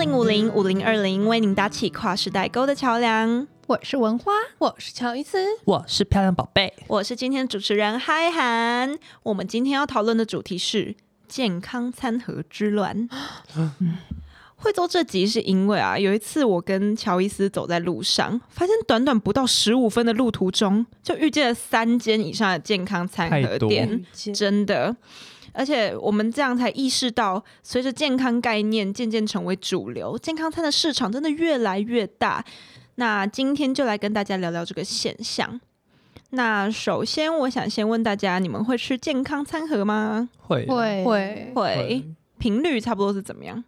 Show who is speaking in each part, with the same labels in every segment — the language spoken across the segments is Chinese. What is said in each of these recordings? Speaker 1: 零五零五零二零为您搭起跨时代沟的桥梁。
Speaker 2: 我是文花，
Speaker 3: 我是乔伊斯，
Speaker 4: 我是漂亮宝贝，
Speaker 1: 我是今天主持人嗨涵。我们今天要讨论的主题是健康餐盒之乱。会做这集是因为啊，有一次我跟乔伊斯走在路上，发现短短不到十五分的路途中，就遇见了三间以上的健康餐盒
Speaker 3: 嗯
Speaker 2: 嗯
Speaker 1: 店，真的。而且我们这样才意识到，随着健康概念渐渐成为主流，健康餐的市场真的越来越大。那今天就来跟大家聊聊这个现象。那首先，我想先问大家，你们会吃健康餐盒吗？
Speaker 4: 会
Speaker 5: 啊
Speaker 2: 会
Speaker 3: 会嗯
Speaker 1: 会，频率差不多是怎么样？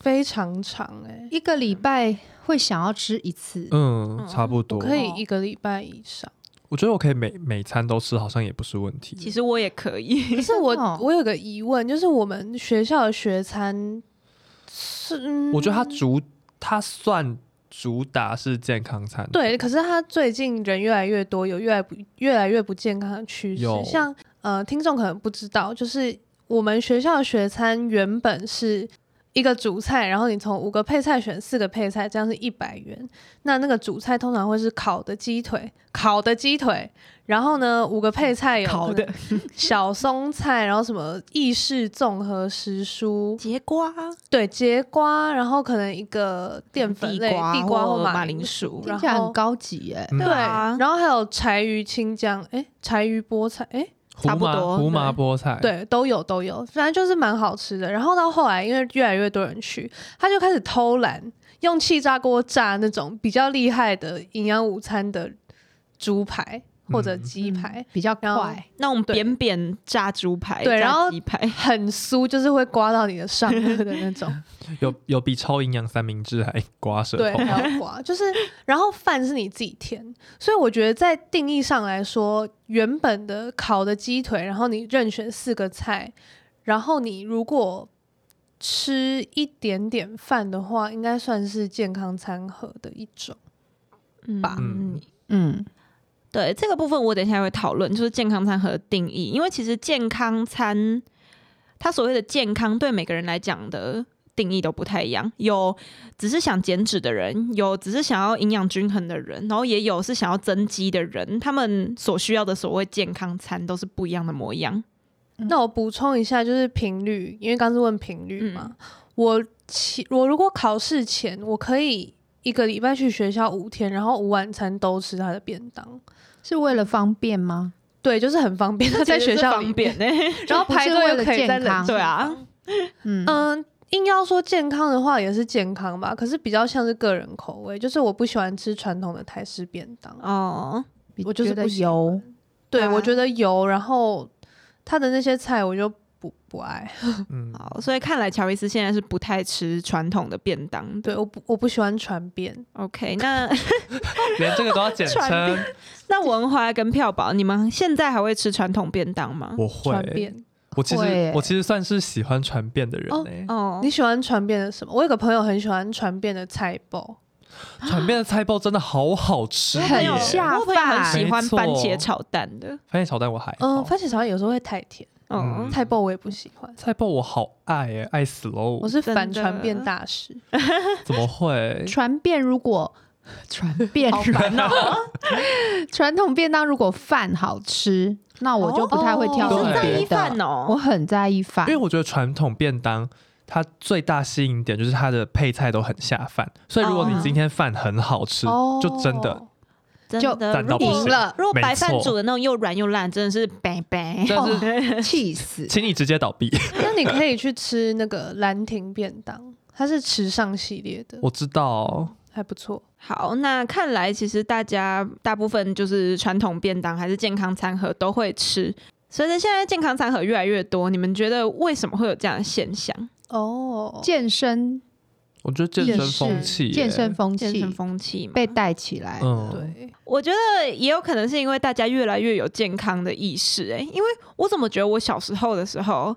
Speaker 3: 非常长哎、欸，
Speaker 2: 一个礼拜会想要吃一次。
Speaker 1: 嗯
Speaker 5: 嗯，差不
Speaker 3: 我
Speaker 5: 多。
Speaker 3: 可以一个礼拜以上。
Speaker 5: 我觉得我可以每每餐都吃，好像也不是问题。
Speaker 1: 其实我也可以，
Speaker 3: 可是
Speaker 2: 真的哦
Speaker 3: 我我有个疑问，就是我们学校的学餐是，嗯
Speaker 5: 我觉得它主它算主打是健康餐，，
Speaker 3: 对，可是它最近人越来越多，有越来不越来越不健康的趋势
Speaker 5: 有。
Speaker 3: 像呃，听众可能不知道，就是我们学校的学餐原本是一个主菜，然后你从五个配菜选四个配菜，这样是一百元。那那个主菜通常会是烤的鸡腿，烤的鸡腿，然后呢五个配菜有
Speaker 1: 烤的
Speaker 3: 小松菜，然后什么意式综合时蔬，
Speaker 1: 节瓜、
Speaker 3: 对，节瓜，然后可能一个淀粉类
Speaker 1: 地瓜
Speaker 3: 地瓜
Speaker 1: 或
Speaker 3: 或
Speaker 1: 马
Speaker 3: 马
Speaker 1: 铃
Speaker 3: 铃
Speaker 1: 薯
Speaker 2: 听
Speaker 3: 然
Speaker 2: 起来
Speaker 3: 后
Speaker 2: 很高级耶、
Speaker 5: 嗯
Speaker 3: 对，
Speaker 1: 啊
Speaker 3: 然后还有柴鱼青江，哎、柴鱼菠菜，哎、
Speaker 5: 胡
Speaker 1: 差不
Speaker 5: 麻
Speaker 1: 多
Speaker 5: 胡麻
Speaker 1: 对
Speaker 5: 菠菜，，
Speaker 3: 对，都有都有，反正就是蛮好吃的。然后到后来，因为越来越多人去，他就开始偷懒，用气炸锅炸那种比较厉害的营养午餐的猪排或者
Speaker 5: 嗯
Speaker 3: 鸡排，
Speaker 2: 比较
Speaker 3: 然后
Speaker 2: 快，
Speaker 1: 那种
Speaker 3: 对
Speaker 1: 扁扁炸猪排，
Speaker 3: 对然
Speaker 1: 炸
Speaker 3: 后
Speaker 1: 鸡排，
Speaker 3: 很酥，就是会刮到你的上颚的那种。
Speaker 5: 有有比超营养三明治还刮舌
Speaker 3: 对，
Speaker 5: 头，
Speaker 3: 还有瓜，就是然后饭是你自己填，所以我觉得在定义上来说，原本的烤的鸡腿，然后你任选四个菜，然后你如果吃一点点饭的话，应该算是健康餐盒的一种。吧
Speaker 1: 嗯
Speaker 5: 嗯，
Speaker 2: 嗯，
Speaker 1: 对这个部分，我等一下会讨论，就是健康餐盒的定义，因为其实健康餐，它所谓的健康，对每个人来讲的定义都不太一样。有只是想减脂的人，有只是想要营养均衡的人，然后也有是想要增肌的人，他们所需要的所谓健康餐都是不一样的模样。
Speaker 3: 那我补充一下，就是频率，因为刚是问频率
Speaker 1: 嗯
Speaker 3: 嘛，我其我如果考试前，我可以。一个礼拜去学校五天，然后午晚餐都吃他的便当，
Speaker 2: 是为了方便吗？
Speaker 3: 对，就是很方便。 他在学校里
Speaker 1: 方
Speaker 3: 面
Speaker 1: 便 呢、
Speaker 3: 然后
Speaker 2: 不是
Speaker 3: 排队
Speaker 2: 为
Speaker 3: 又
Speaker 2: 了
Speaker 3: 可以
Speaker 2: 健
Speaker 3: 在冷
Speaker 2: 康
Speaker 3: 气
Speaker 1: 对啊
Speaker 3: 房。
Speaker 2: 嗯
Speaker 3: 嗯，硬要说健康的话，也是健康吧，可是比较像是个人口味，就是我不喜欢吃传统的台式便当。
Speaker 1: 哦，
Speaker 3: 我就是
Speaker 2: 觉得
Speaker 3: 不喜欢
Speaker 2: 油，
Speaker 3: 对，
Speaker 1: 啊
Speaker 3: 我觉得油，然后它的那些菜我就不不爱。
Speaker 5: 嗯，
Speaker 1: 好，所以看来乔伊斯现在是不太吃传统的便当的。
Speaker 3: 对，我不我不喜欢传便。
Speaker 1: OK，那
Speaker 5: 连这个都要简
Speaker 1: 传
Speaker 5: 称，
Speaker 1: 那文华跟票宝，你们现在还会吃传统便当吗？
Speaker 5: 我
Speaker 3: 传
Speaker 5: 会，
Speaker 3: 便，
Speaker 5: 我其
Speaker 2: 会
Speaker 5: 实我其实算是喜欢传遍的人欸
Speaker 3: 哦
Speaker 5: 诶，
Speaker 1: 哦
Speaker 3: 你喜欢传便的什么？我有个朋友很喜欢传便的菜包，
Speaker 5: 传遍的菜包真的好好吃耶，
Speaker 2: 很
Speaker 1: 有
Speaker 2: 像
Speaker 1: 我朋友很喜欢
Speaker 5: 没错
Speaker 1: 番茄炒蛋的。
Speaker 5: 番茄炒蛋我还
Speaker 3: 嗯、
Speaker 5: 好，
Speaker 3: 番茄炒蛋有时候会太甜，
Speaker 1: 哦
Speaker 5: 嗯，
Speaker 3: 菜包我也不喜欢。
Speaker 5: 菜包我好爱诶，爱死喽
Speaker 3: 我，是
Speaker 1: 真
Speaker 3: 反
Speaker 1: 的
Speaker 3: 传便大师，
Speaker 5: 怎么会？
Speaker 2: 传遍如果 传遍传
Speaker 3: 哦
Speaker 2: 传统便当如果饭好吃，那我就不太会挑
Speaker 5: 哦
Speaker 1: 你是
Speaker 2: 选
Speaker 5: 对
Speaker 1: 在意
Speaker 2: 别
Speaker 1: 饭
Speaker 2: 的。我
Speaker 1: 哦，
Speaker 2: 很在意饭
Speaker 5: 因为，我觉得传统便当它最大吸引点就是它的配菜都很下饭，所以如果
Speaker 1: 哦
Speaker 5: 你今天饭很好吃，
Speaker 3: 嗯哦，
Speaker 5: 就真的，
Speaker 1: 真
Speaker 2: 就
Speaker 1: 的
Speaker 5: 赞到不
Speaker 1: 如果
Speaker 5: 行
Speaker 2: 赢了
Speaker 1: 如果白饭
Speaker 5: 没错
Speaker 1: 煮的那种又软又烂，真的是拜拜。
Speaker 5: 但是
Speaker 2: 气死！
Speaker 5: 请你直接倒闭。
Speaker 3: 那你可以去吃那个兰亭便当，它是池上系列的，
Speaker 5: 我知道，
Speaker 3: 还不错。
Speaker 1: 好，那看来其实大家大部分就是传统便当还是健康餐盒都会吃。随着现在健康餐盒越来越多，你们觉得为什么会有这样的现象？
Speaker 3: 哦，
Speaker 2: 健身
Speaker 5: 我觉得健身风气耶、
Speaker 2: 健身风
Speaker 1: 健身
Speaker 2: 气
Speaker 1: 风气嘛
Speaker 2: 被带起来，
Speaker 5: 嗯，
Speaker 3: 对，
Speaker 1: 我觉得也有可能是因为大家越来越有健康的意识、欸，因为我怎么觉得我小时候的时候，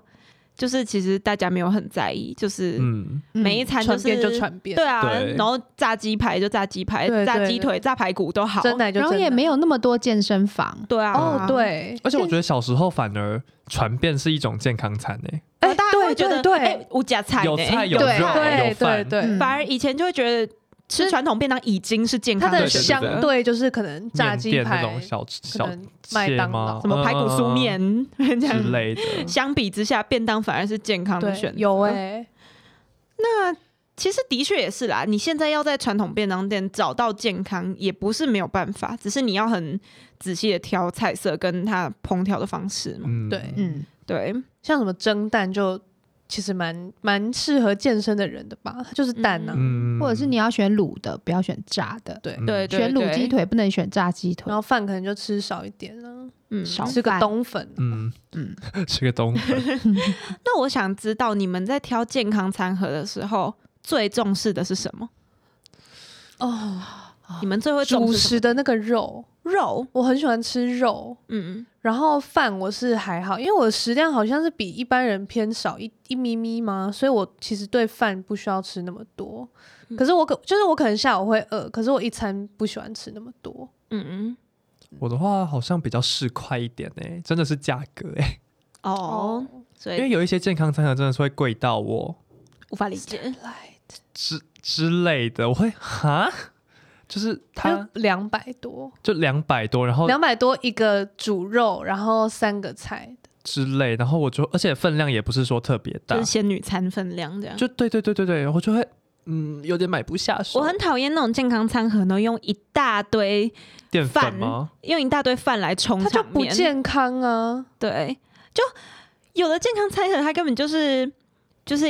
Speaker 1: 就是其实大家没有很在意，就是
Speaker 5: 嗯，
Speaker 2: 嗯
Speaker 1: 每一餐就
Speaker 3: 传
Speaker 1: 是、
Speaker 3: 遍就传遍，
Speaker 1: 对啊，
Speaker 5: 对
Speaker 1: 然后炸鸡排就炸鸡排，
Speaker 3: 对
Speaker 1: 炸
Speaker 3: 对
Speaker 1: 鸡腿、炸排骨都好，
Speaker 3: 真奶就
Speaker 2: 然后
Speaker 3: 真
Speaker 2: 也
Speaker 3: 奶
Speaker 2: 没有那么多健身房。
Speaker 1: 对啊，
Speaker 3: 哦，对，
Speaker 5: 而且我觉得小时候反而传遍是一种健康餐诶、欸
Speaker 1: 呃
Speaker 3: 哎
Speaker 1: 大家会
Speaker 3: 对
Speaker 1: 觉得
Speaker 3: 对对
Speaker 1: 哎，无假菜
Speaker 5: 有
Speaker 1: 呢
Speaker 5: 菜有肉
Speaker 2: 对
Speaker 5: 有
Speaker 3: 对对
Speaker 5: 饭，
Speaker 3: 对
Speaker 2: 嗯，
Speaker 1: 反而以前就会觉得吃传统便当已经是健
Speaker 3: 它
Speaker 1: 康
Speaker 3: 的
Speaker 5: 对对
Speaker 1: 选择
Speaker 5: 香
Speaker 3: 相对就是可能炸
Speaker 5: 面
Speaker 3: 鸡
Speaker 5: 店那
Speaker 3: 排、
Speaker 5: 种小
Speaker 3: 可
Speaker 5: 小
Speaker 3: 能麦
Speaker 5: 切
Speaker 3: 当
Speaker 5: 吗
Speaker 3: 劳？
Speaker 1: 什么排骨
Speaker 5: 嗯
Speaker 1: 酥面 这
Speaker 5: 之
Speaker 1: 样。
Speaker 5: 类的，
Speaker 1: 相比之下，便当反而是健康的
Speaker 3: 对
Speaker 1: 选，择。
Speaker 3: 有哎、
Speaker 1: 那其实的确也是啦。你现在要在传统便当店找到健康，也不是没有办法，只是你要很仔细的挑菜色跟它烹调的方式嘛。
Speaker 5: 嗯
Speaker 3: 对
Speaker 2: 嗯，
Speaker 1: 对，
Speaker 3: 像什么蒸蛋就其实蛮蛮适合健身的人的吧，它就是蛋啊，
Speaker 5: 嗯
Speaker 2: 或者是你要选卤的，不要选炸的。
Speaker 3: 对，
Speaker 1: 对对
Speaker 2: 选卤鸡，腿不能选炸鸡腿
Speaker 3: 然，后饭可能就吃少一点啊，
Speaker 1: 嗯
Speaker 2: 少
Speaker 3: 吃个
Speaker 2: 饭
Speaker 3: 冬粉、
Speaker 5: 嗯
Speaker 2: 嗯，
Speaker 5: 嗯， 吃 个东西，
Speaker 1: 那我想知道你们在挑健康餐盒的时候最重视的是什么？
Speaker 3: 哦，
Speaker 1: 你们最会重
Speaker 3: 主
Speaker 1: 视什
Speaker 3: 食的那个肉，
Speaker 1: 么肉？
Speaker 3: 我很喜欢吃肉。
Speaker 1: 嗯，
Speaker 3: 然后饭我是还好，因为我的食量好像是比一般人偏少一一咪咪嘛，所以我其实对饭不需要吃那么多。可是我可就是我可能下午会饿，可是我一餐不喜欢吃那么多。
Speaker 1: 嗯，
Speaker 5: 我的话好像比较市侩一点诶，真的是价格诶，
Speaker 1: 哦，，所
Speaker 5: 因为
Speaker 1: 以
Speaker 5: 有一些健康餐盒真的是会贵到我
Speaker 1: 无法理解。
Speaker 3: 来，
Speaker 5: 之之类的，我会哈，就是它
Speaker 3: 就两百多，
Speaker 5: 就两百多，然后
Speaker 3: 哎两百多一个煮肉，然后三个菜的，
Speaker 5: 之类，然后我就而且分量也不是说特别大
Speaker 1: 就是，仙女餐分量这样，
Speaker 5: 就对对对对对，我就会嗯有点买不下手，
Speaker 1: 我很讨厌那种健康餐盒呢，用一大堆
Speaker 5: 淀粉
Speaker 1: 饭
Speaker 5: 吗？
Speaker 1: 用一大堆饭来充
Speaker 3: 它就
Speaker 1: 场
Speaker 3: 不
Speaker 1: 面，
Speaker 3: 健康啊。
Speaker 1: 对，就有的健康餐盒它根本就是就是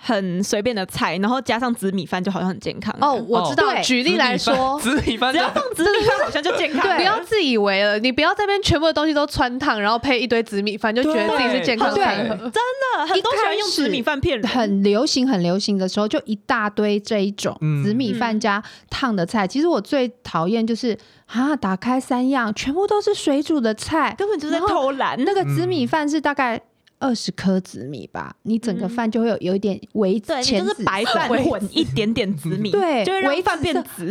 Speaker 1: 很随便的菜，然后加上紫米饭就好像很健康
Speaker 3: 哦，
Speaker 1: 一样
Speaker 3: 我知道，
Speaker 2: 对
Speaker 3: 举例来说，
Speaker 5: 紫米饭
Speaker 1: 只
Speaker 5: 就
Speaker 1: 要放紫米饭好像就 健康了，
Speaker 3: 不要自以为了，你不要这边全部的东西都穿烫，然后配一堆紫米饭，就觉得自己是健康
Speaker 2: 哦对
Speaker 3: 餐盒。
Speaker 1: 真的很多喜欢用紫米饭骗人，
Speaker 2: 很流行很流行的时候，就一大堆这一种
Speaker 5: 嗯
Speaker 2: 紫米饭加烫的菜。其实我最讨厌就是啊，打开三样全部都是水煮的菜，
Speaker 1: 根本就是在偷懒。
Speaker 2: 那个紫米
Speaker 5: 嗯
Speaker 2: 饭是大概二十颗紫米吧，你整个饭就会有有一点微
Speaker 1: 嗯对，
Speaker 2: 前
Speaker 1: 你就是
Speaker 2: 紫
Speaker 1: 白
Speaker 2: 色
Speaker 1: 饭混一点点紫米，
Speaker 2: 对
Speaker 1: 就会让
Speaker 2: 微
Speaker 1: 饭变
Speaker 2: 紫
Speaker 1: 紫。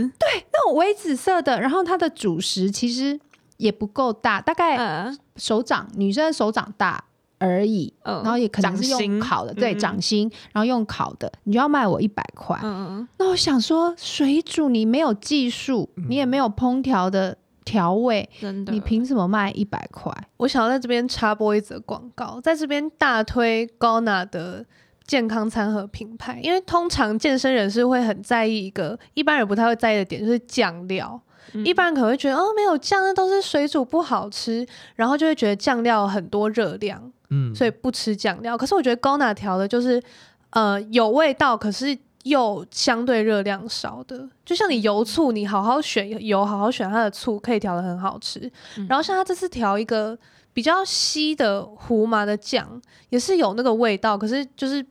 Speaker 2: 那种微紫色的，然后它的主食其实也不够大，大概
Speaker 1: 嗯
Speaker 2: 手掌、女生的手掌大而已。
Speaker 1: 嗯
Speaker 2: 然后也可能
Speaker 1: 掌
Speaker 2: 是用
Speaker 1: 心
Speaker 2: 烤的，对，
Speaker 1: 嗯
Speaker 2: 掌心，然后用烤的，你就要卖我一百块。
Speaker 1: 嗯，
Speaker 2: 那我想说，水煮你没有技术，你也没有烹调的调味，
Speaker 1: 真的，
Speaker 2: 你凭什么卖一百块？
Speaker 3: 我想要在这边插播一则广告，在这边大推 Gona 的健康餐盒品牌，因为通常健身人士会很在意一个一般人不太会在意的点，就是酱料。
Speaker 1: 嗯
Speaker 3: 一般人可能会觉得哦，没有酱，那都是水煮不好吃，然后就会觉得酱料很多热量，
Speaker 5: 嗯
Speaker 3: 所以不吃酱料。可是我觉得 Gona 调的就是，呃，有味道，可是又相对热量少的。就像你油醋，你好好选油，好好选它的醋，可以调的很好吃。
Speaker 1: 嗯
Speaker 3: 然后像它这次调一个比较稀的胡麻的酱，也是有那个味道，可是就是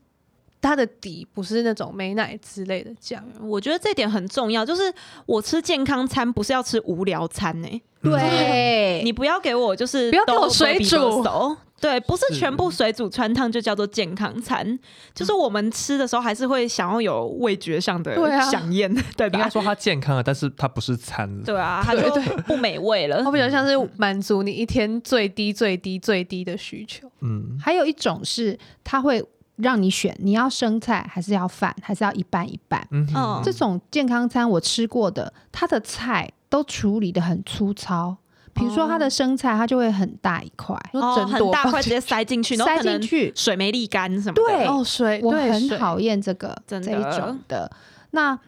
Speaker 3: 它的底不是那种美乃滋类的酱。
Speaker 1: 我觉得这点很重要，就是我吃健康餐不是要吃无聊餐欸呢、
Speaker 2: 对
Speaker 1: 你不要给我就是
Speaker 3: 不要给我
Speaker 1: 都
Speaker 3: 水煮
Speaker 1: 都比都熟对，不是
Speaker 5: 是
Speaker 1: 全部水煮穿烫就叫做健康
Speaker 2: 嗯
Speaker 1: 餐，就是我们吃的时候还是会想要有味觉上的
Speaker 3: 对啊
Speaker 1: 响应， 对
Speaker 5: 应该
Speaker 1: 吧？
Speaker 5: 说它健康了，但是它不是餐了。
Speaker 1: 对啊，它就
Speaker 3: 对
Speaker 1: 不美味了
Speaker 2: 哦
Speaker 3: 它。比较像是满足你一天最低、最低、最低的需求。
Speaker 5: 嗯，
Speaker 2: 还有一种是，它会让你选，你要生菜还是要饭，还是要一半一半。
Speaker 5: 嗯
Speaker 1: 嗯
Speaker 3: 哦
Speaker 5: 哼，
Speaker 2: 这种健康餐我吃过的，它的菜都处理的很粗糙，比如说它的生菜，它就会很大一块，
Speaker 1: 哦，
Speaker 3: 整
Speaker 1: 很
Speaker 3: 朵
Speaker 1: 大
Speaker 3: 放
Speaker 1: 块直接塞进去，然后
Speaker 2: 塞
Speaker 1: 可
Speaker 2: 进
Speaker 1: 能
Speaker 2: 去，
Speaker 1: 水没沥干什么的。
Speaker 2: 对
Speaker 3: 哦，水
Speaker 2: 我
Speaker 3: 对
Speaker 2: 很
Speaker 3: 水
Speaker 2: 讨厌这个这
Speaker 1: 真
Speaker 2: 一
Speaker 1: 的
Speaker 2: 种的。那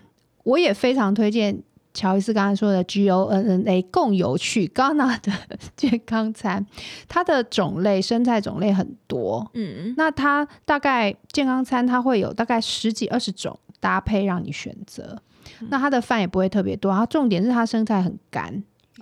Speaker 2: 我也非常推荐乔伊斯刚才说的 G O N N A 共有趣 Ghana 的 健康餐，它的种类生菜种类很多。
Speaker 1: 嗯，
Speaker 2: 那它大概健康餐它会有大概十几二十种搭配让你选择。那它的饭也不会特别多，然后重点是它生菜很干，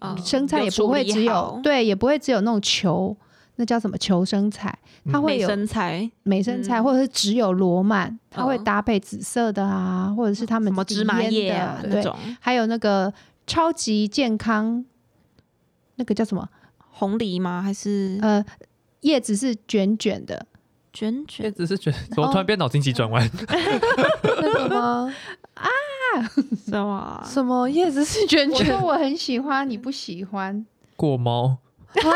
Speaker 1: 嗯
Speaker 2: 哦生菜也不会只有，对，也不会只有那种球，那叫什么球生菜，它
Speaker 5: 嗯
Speaker 2: 会
Speaker 1: 美
Speaker 2: 有
Speaker 1: 生菜，
Speaker 2: 美生菜，
Speaker 1: 嗯
Speaker 2: 或者是只有罗曼，它会
Speaker 1: 嗯
Speaker 2: 搭配紫色的啊，或者是他
Speaker 1: 什
Speaker 2: 们
Speaker 1: 么
Speaker 2: 自己
Speaker 1: 芝麻
Speaker 2: 腌
Speaker 1: 叶
Speaker 2: 的
Speaker 1: 啊那
Speaker 2: 对，
Speaker 1: 种，
Speaker 2: 还有那个超级健康，那个叫什么？
Speaker 1: 红梨吗？还是
Speaker 2: 呃，叶子是卷卷的，
Speaker 1: 卷卷？
Speaker 5: 只是觉得
Speaker 3: 哦
Speaker 5: 我突然变脑筋急转弯，
Speaker 3: 那个吗？
Speaker 1: 什么？
Speaker 2: 啊
Speaker 3: 什么叶子是卷
Speaker 2: 我
Speaker 3: 卷
Speaker 2: 说我很喜欢，你不喜欢，
Speaker 5: 过猫
Speaker 1: 啊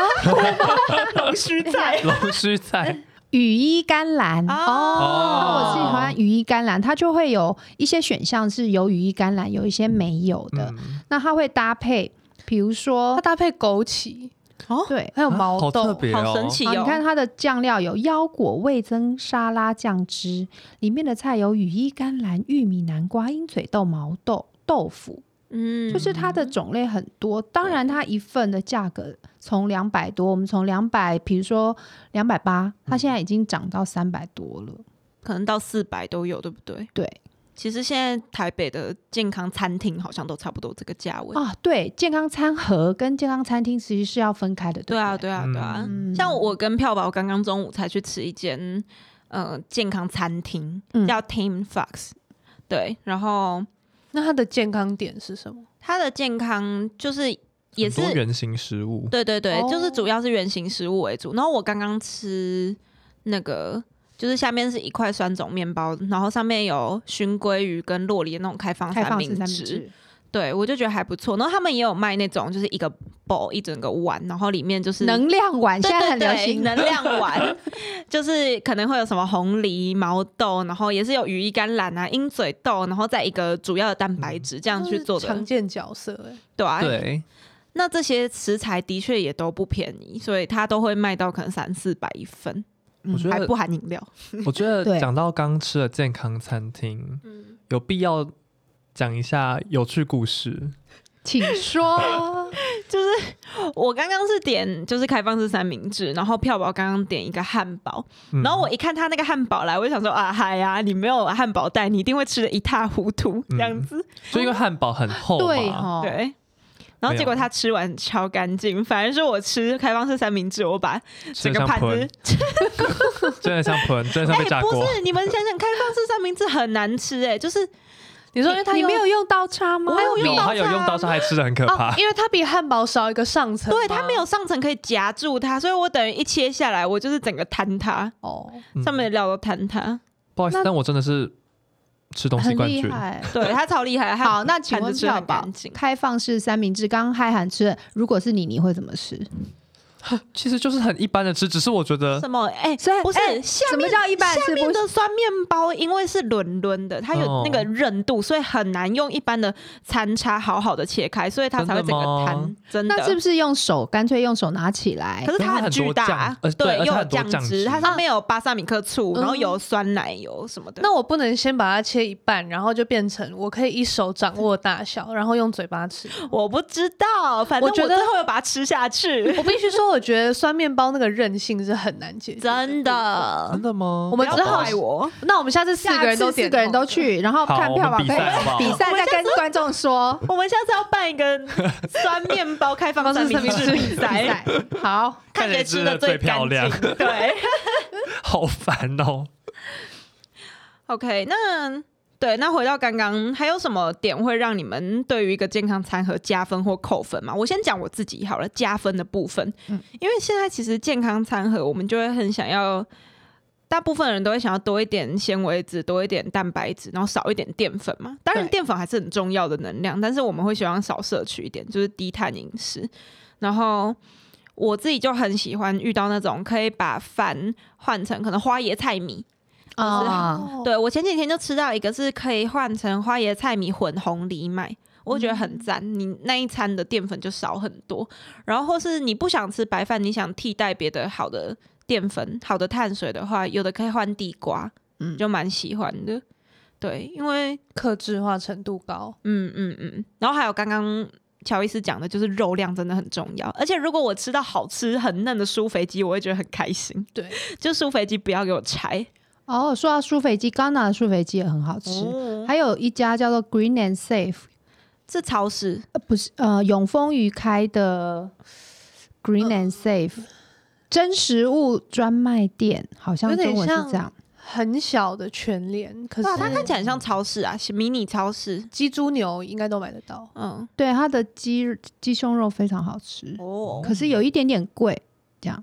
Speaker 1: 龙须菜？哎
Speaker 5: 龙须菜，
Speaker 2: 羽衣甘蓝。那
Speaker 5: 哦
Speaker 2: 我是喜欢羽衣甘蓝，它就会有一些选项是有羽衣甘蓝，有一些没有的。
Speaker 5: 嗯
Speaker 2: 那它会搭配，比如说
Speaker 3: 它，搭配枸杞，
Speaker 2: 对，
Speaker 3: 还有
Speaker 5: 啊
Speaker 3: 毛
Speaker 5: 好特
Speaker 3: 豆，
Speaker 5: 别哦，
Speaker 1: 好神奇
Speaker 2: 好，你
Speaker 1: 哦！
Speaker 2: 看它的酱料有腰果味增沙拉酱汁，里面的菜有羽衣甘蓝、玉米、南瓜、鹰嘴豆、毛豆、豆腐，
Speaker 1: 嗯
Speaker 2: 就是它的种类很多。当然，它一份的价格从两百多，我们从两百，比如说两百八，它现在已经涨到三百多了。
Speaker 1: 可能到四百都有，对不对？
Speaker 2: 对
Speaker 1: 其实现在台北的健康餐厅好像都差不多这个价位。
Speaker 2: 啊，对，健康餐盒跟健康餐厅其实是要分开的，
Speaker 1: 对
Speaker 2: 不
Speaker 1: 啊，
Speaker 2: 对
Speaker 1: 对啊，对啊。
Speaker 2: 嗯
Speaker 1: 像我跟票宝刚刚中午才去吃一间呃健康餐厅
Speaker 2: 嗯，
Speaker 1: 叫 Team Fox，、对，然后
Speaker 3: 那它的健康点是什么？
Speaker 1: 它的健康就是也
Speaker 5: 很
Speaker 1: 是
Speaker 5: 多圆形食物，
Speaker 1: 对对对，
Speaker 3: 哦
Speaker 1: 就是主要是圆形食物为主。然后我刚刚吃那个，就是下面是一块酸种面包，然后上面有熏鲑鱼跟洛梨的那种开放
Speaker 2: 开放式
Speaker 1: 明
Speaker 2: 三明
Speaker 1: 治。
Speaker 2: 治，
Speaker 1: 对，我就觉得还不错。然后他们也有卖那种，就是一个 bowl 一整个碗，然后里面就是
Speaker 2: 能量碗
Speaker 1: 对
Speaker 2: 现在
Speaker 1: 对
Speaker 2: 很流
Speaker 1: 对
Speaker 2: 行
Speaker 1: 能量 碗，就是可能会有什么红梨、毛豆，然后也是有羽衣甘蓝啊、鹰嘴豆，然后再一个主要的蛋白质这样去
Speaker 2: 嗯
Speaker 1: 做
Speaker 3: 都是常
Speaker 1: 的，
Speaker 3: 见角色哎、
Speaker 1: 对啊，
Speaker 5: 对，
Speaker 1: 那这些食材的确也都不便宜，所以它都会卖到可能三四百一份，嗯
Speaker 5: 我觉
Speaker 1: 还
Speaker 5: 得
Speaker 1: 不含饮 料。
Speaker 5: 我觉
Speaker 2: 对
Speaker 5: 得讲到刚吃的健康餐厅，
Speaker 1: 嗯，
Speaker 5: 有必要讲一下有趣故事。
Speaker 2: 请说。
Speaker 1: 我刚刚是点就是开放式三明治，然后票宝刚刚点一个汉堡，
Speaker 5: 嗯
Speaker 1: 然后我一看他那个汉堡来，我就想说啊嗨呀、你没有汉堡袋，你一定会吃的一塌糊涂这样子。
Speaker 5: 就因为汉堡很厚嘛，
Speaker 2: 对哦，
Speaker 1: 对。然后结果他吃完超干净，反而是我吃开放式三明治，我把
Speaker 5: 真
Speaker 1: 整
Speaker 5: 的
Speaker 1: 个
Speaker 5: 像
Speaker 1: 盘
Speaker 5: 盆
Speaker 1: 子，，
Speaker 5: 真的像盆，真的像
Speaker 1: 哎、
Speaker 5: 被炸
Speaker 1: 不
Speaker 5: 锅。
Speaker 1: 是，你们想想，开放式三明治很难吃、哎，就是
Speaker 3: 你说，因为它
Speaker 2: 你
Speaker 3: 用
Speaker 2: 没有用刀叉吗？
Speaker 1: 我有用
Speaker 5: 有，
Speaker 1: 刀
Speaker 5: 他有
Speaker 1: 叉
Speaker 5: 用刀叉，还吃的很可怕
Speaker 1: 哦
Speaker 3: 啊，。因为它比汉堡少一个上层吗，
Speaker 1: 对，它没有上层可以夹住它，所以我等于一切下来，我就是整个坍塌，
Speaker 3: 哦，
Speaker 5: 嗯
Speaker 1: 上面的料都坍塌。
Speaker 5: 不好意思
Speaker 2: 那，
Speaker 5: 但我真的是吃东西
Speaker 2: 很
Speaker 5: 冠
Speaker 2: 厉
Speaker 5: 军。
Speaker 2: 害。
Speaker 1: 对，它超厉害。它
Speaker 2: 好，那请
Speaker 1: 盘
Speaker 2: 问
Speaker 1: 子吃得
Speaker 2: 票
Speaker 1: 很
Speaker 2: 宝
Speaker 1: 干净
Speaker 2: 开放式三明治，刚刚嗨喊吃的，如果是你，你会怎么吃？
Speaker 5: 其实就是很一般的吃，只是我觉得
Speaker 1: 什么？哎、
Speaker 2: 所以
Speaker 1: 不是
Speaker 2: 哎
Speaker 1: 下
Speaker 2: 什么
Speaker 1: 面
Speaker 2: 叫一般
Speaker 1: 下
Speaker 2: 吃不
Speaker 1: 面？的酸面包，因为是轮轮的，它有
Speaker 5: 哦
Speaker 1: 那个韧度，所以很难用一般的餐叉好好的切开，所以它才会整个
Speaker 5: 真的吗
Speaker 1: 摊。真的，哎
Speaker 2: 那是不是用手？干脆用手拿起来
Speaker 1: 可。是它
Speaker 5: 它很
Speaker 1: 巨
Speaker 5: 多
Speaker 1: 大
Speaker 5: 酱，呃对而
Speaker 1: 又
Speaker 5: 且它
Speaker 1: 有
Speaker 5: 很多
Speaker 1: 酱
Speaker 5: 酱
Speaker 1: 汁，
Speaker 5: 汁
Speaker 1: 它上面有巴萨米克醋，然后
Speaker 3: 嗯
Speaker 1: 有酸奶油什么的。
Speaker 3: 那我不能先把它切一半，然后就变成我可以一手掌握大小，然后用嘴巴吃。
Speaker 1: 我不知道，反正
Speaker 3: 我觉得
Speaker 1: 最后要把它吃下 去，
Speaker 3: 我必须说，我觉得酸面包那个韧性是很难解决。
Speaker 1: 真的
Speaker 5: 真。的吗？
Speaker 3: 我们
Speaker 1: 不
Speaker 3: 之
Speaker 1: 要
Speaker 3: 后
Speaker 1: 怪我，
Speaker 3: 那我们下次四个人都
Speaker 2: 下次
Speaker 3: 点，
Speaker 2: 四个人都。去，然后
Speaker 5: 好
Speaker 2: 看票吧，
Speaker 5: 我
Speaker 2: 可
Speaker 5: 们比赛好不
Speaker 2: 以
Speaker 5: 好
Speaker 2: 比赛再跟观众说。
Speaker 1: 我们下次要办一个酸面包开放三明治比 赛，
Speaker 2: 好，
Speaker 1: 看谁吃的最干
Speaker 5: 看谁吃得
Speaker 1: 净。对
Speaker 5: 好烦哦。
Speaker 1: ，OK，那对，那回到刚刚，还有什么点会让你们对于一个健康餐盒加分或扣分吗？我先讲我自己好了，加分的部分，
Speaker 2: 嗯
Speaker 1: 因为现在其实健康餐盒，我们就会很想要。大部分人都会想要多一点纤维质，多一点蛋白质，然后少一点淀粉嘛。当然，
Speaker 2: 对
Speaker 1: 淀粉还是很重要的能量，但是我们会希望少摄取一点，就是低碳饮食。然后我自己就很喜欢遇到那种可以把饭换成可能花椰菜米。
Speaker 2: 啊，
Speaker 3: 哦，
Speaker 1: 对我前几天就吃到一个是可以换成花椰菜米混红藜麦。我觉得很赞，你那一餐的淀粉就少很多。然后或是你不想吃白饭，你想替代别的好的淀粉、好的碳水的话，有的可以换地瓜，
Speaker 2: 嗯
Speaker 1: 就蛮喜欢的。对，因为
Speaker 3: 克制化程度高，
Speaker 1: 嗯嗯嗯，然后还有刚刚乔伊斯讲的，就是肉量真的很重要。而且如果我吃到好吃很嫩的酥肥鸡，我会觉得很开心。
Speaker 3: 对，
Speaker 1: 就酥肥鸡不要给我拆，
Speaker 2: 哦，说到酥肥鸡，刚拿的酥肥鸡也很好吃，
Speaker 1: 哦、
Speaker 2: 还有一家叫做 Green and Safe，
Speaker 1: 这超市
Speaker 2: 呃不是呃永丰鱼开的 Green and Safe、真食物专卖店，好像
Speaker 3: 有点
Speaker 2: 中文是
Speaker 3: 像
Speaker 2: 这样。
Speaker 3: 很小的全联，可
Speaker 1: 啊哇，它看
Speaker 3: 是
Speaker 1: 起来很像超市啊，是迷你超市。
Speaker 3: 鸡猪牛应该都买得到。
Speaker 1: 嗯，
Speaker 2: 对，它的鸡鸡胸肉非常好吃，
Speaker 1: 哦
Speaker 2: 可是有一点点贵。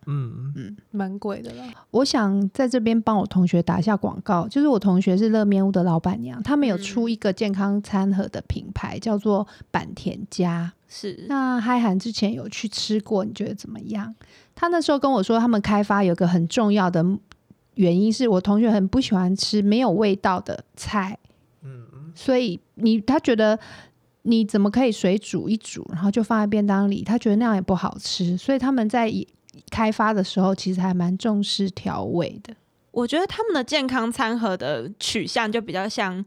Speaker 5: 嗯，
Speaker 3: 蛮贵的啦。
Speaker 2: 我想在这边帮我同学打一下广告，就是我同学是乐面屋的老板娘，他们有出一个健康餐盒的品牌，叫做坂田家。
Speaker 1: 是
Speaker 2: 那嗨涵之前有去吃过，你觉得怎么样？他那时候跟我说，他们开发有个很重要的原因是我同学很不喜欢吃没有味道的菜，
Speaker 5: 嗯，
Speaker 2: 所以你他觉得你怎么可以水煮一煮，然后就放在便当里？他觉得那样也不好吃，所以他们在以开发的时候其实还蛮重视调味的。
Speaker 1: 我觉得他们的健康餐盒的取向就比较像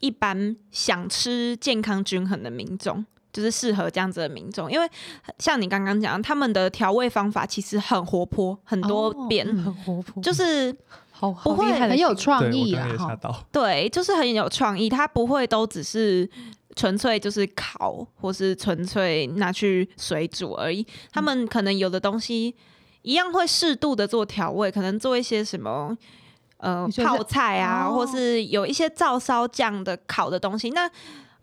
Speaker 1: 一般想吃健康均衡的民众，就是适合这样子的民众。因为像你刚刚讲，他们的调味方法其实很活泼，很多
Speaker 3: 哦
Speaker 1: 变，
Speaker 2: 嗯
Speaker 3: 很活泼，
Speaker 1: 就是
Speaker 3: 好
Speaker 1: 不
Speaker 3: 好
Speaker 1: 会
Speaker 3: 厉害的
Speaker 2: 很有
Speaker 3: 形容
Speaker 5: 对
Speaker 2: 创
Speaker 5: 我
Speaker 2: 意
Speaker 5: 刚
Speaker 2: 啊
Speaker 5: 刚也！吓
Speaker 2: 哈，
Speaker 5: 到，
Speaker 1: 对，就是很有创意，它不会都只是纯粹就是烤，或是纯粹拿去水煮而已。他
Speaker 2: 嗯
Speaker 1: 们可能有的东西一样会适度的做调味，可能做一些什么。呃
Speaker 2: 你，说是
Speaker 1: 泡菜啊，
Speaker 2: 哦
Speaker 1: 或是有一些照烧酱的烤的东西。那，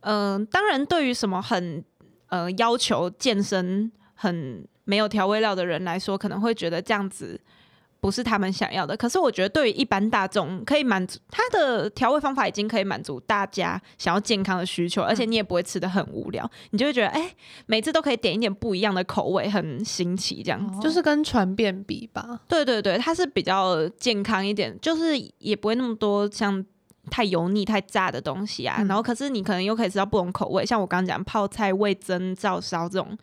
Speaker 1: 嗯、当然，对于什么很呃要求健身很没有调味料的人来说，可能会觉得这样子不是他们想要的。可是我觉得对于一般大众，可以满足它的调味方法已经可以满足大家想要健康的需求，而且你也不会吃的很无聊，你就会觉得哎、每次都可以点一点不一样的口味，很新奇这样子。
Speaker 3: 就是跟传遍比吧。
Speaker 1: 对对对，它是比较健康一点，就是也不会那么多像太油腻、太炸的东西啊。
Speaker 2: 嗯
Speaker 1: 然后可是你可能又可以吃到不同口味，像我刚刚讲泡菜、味增、照烧这种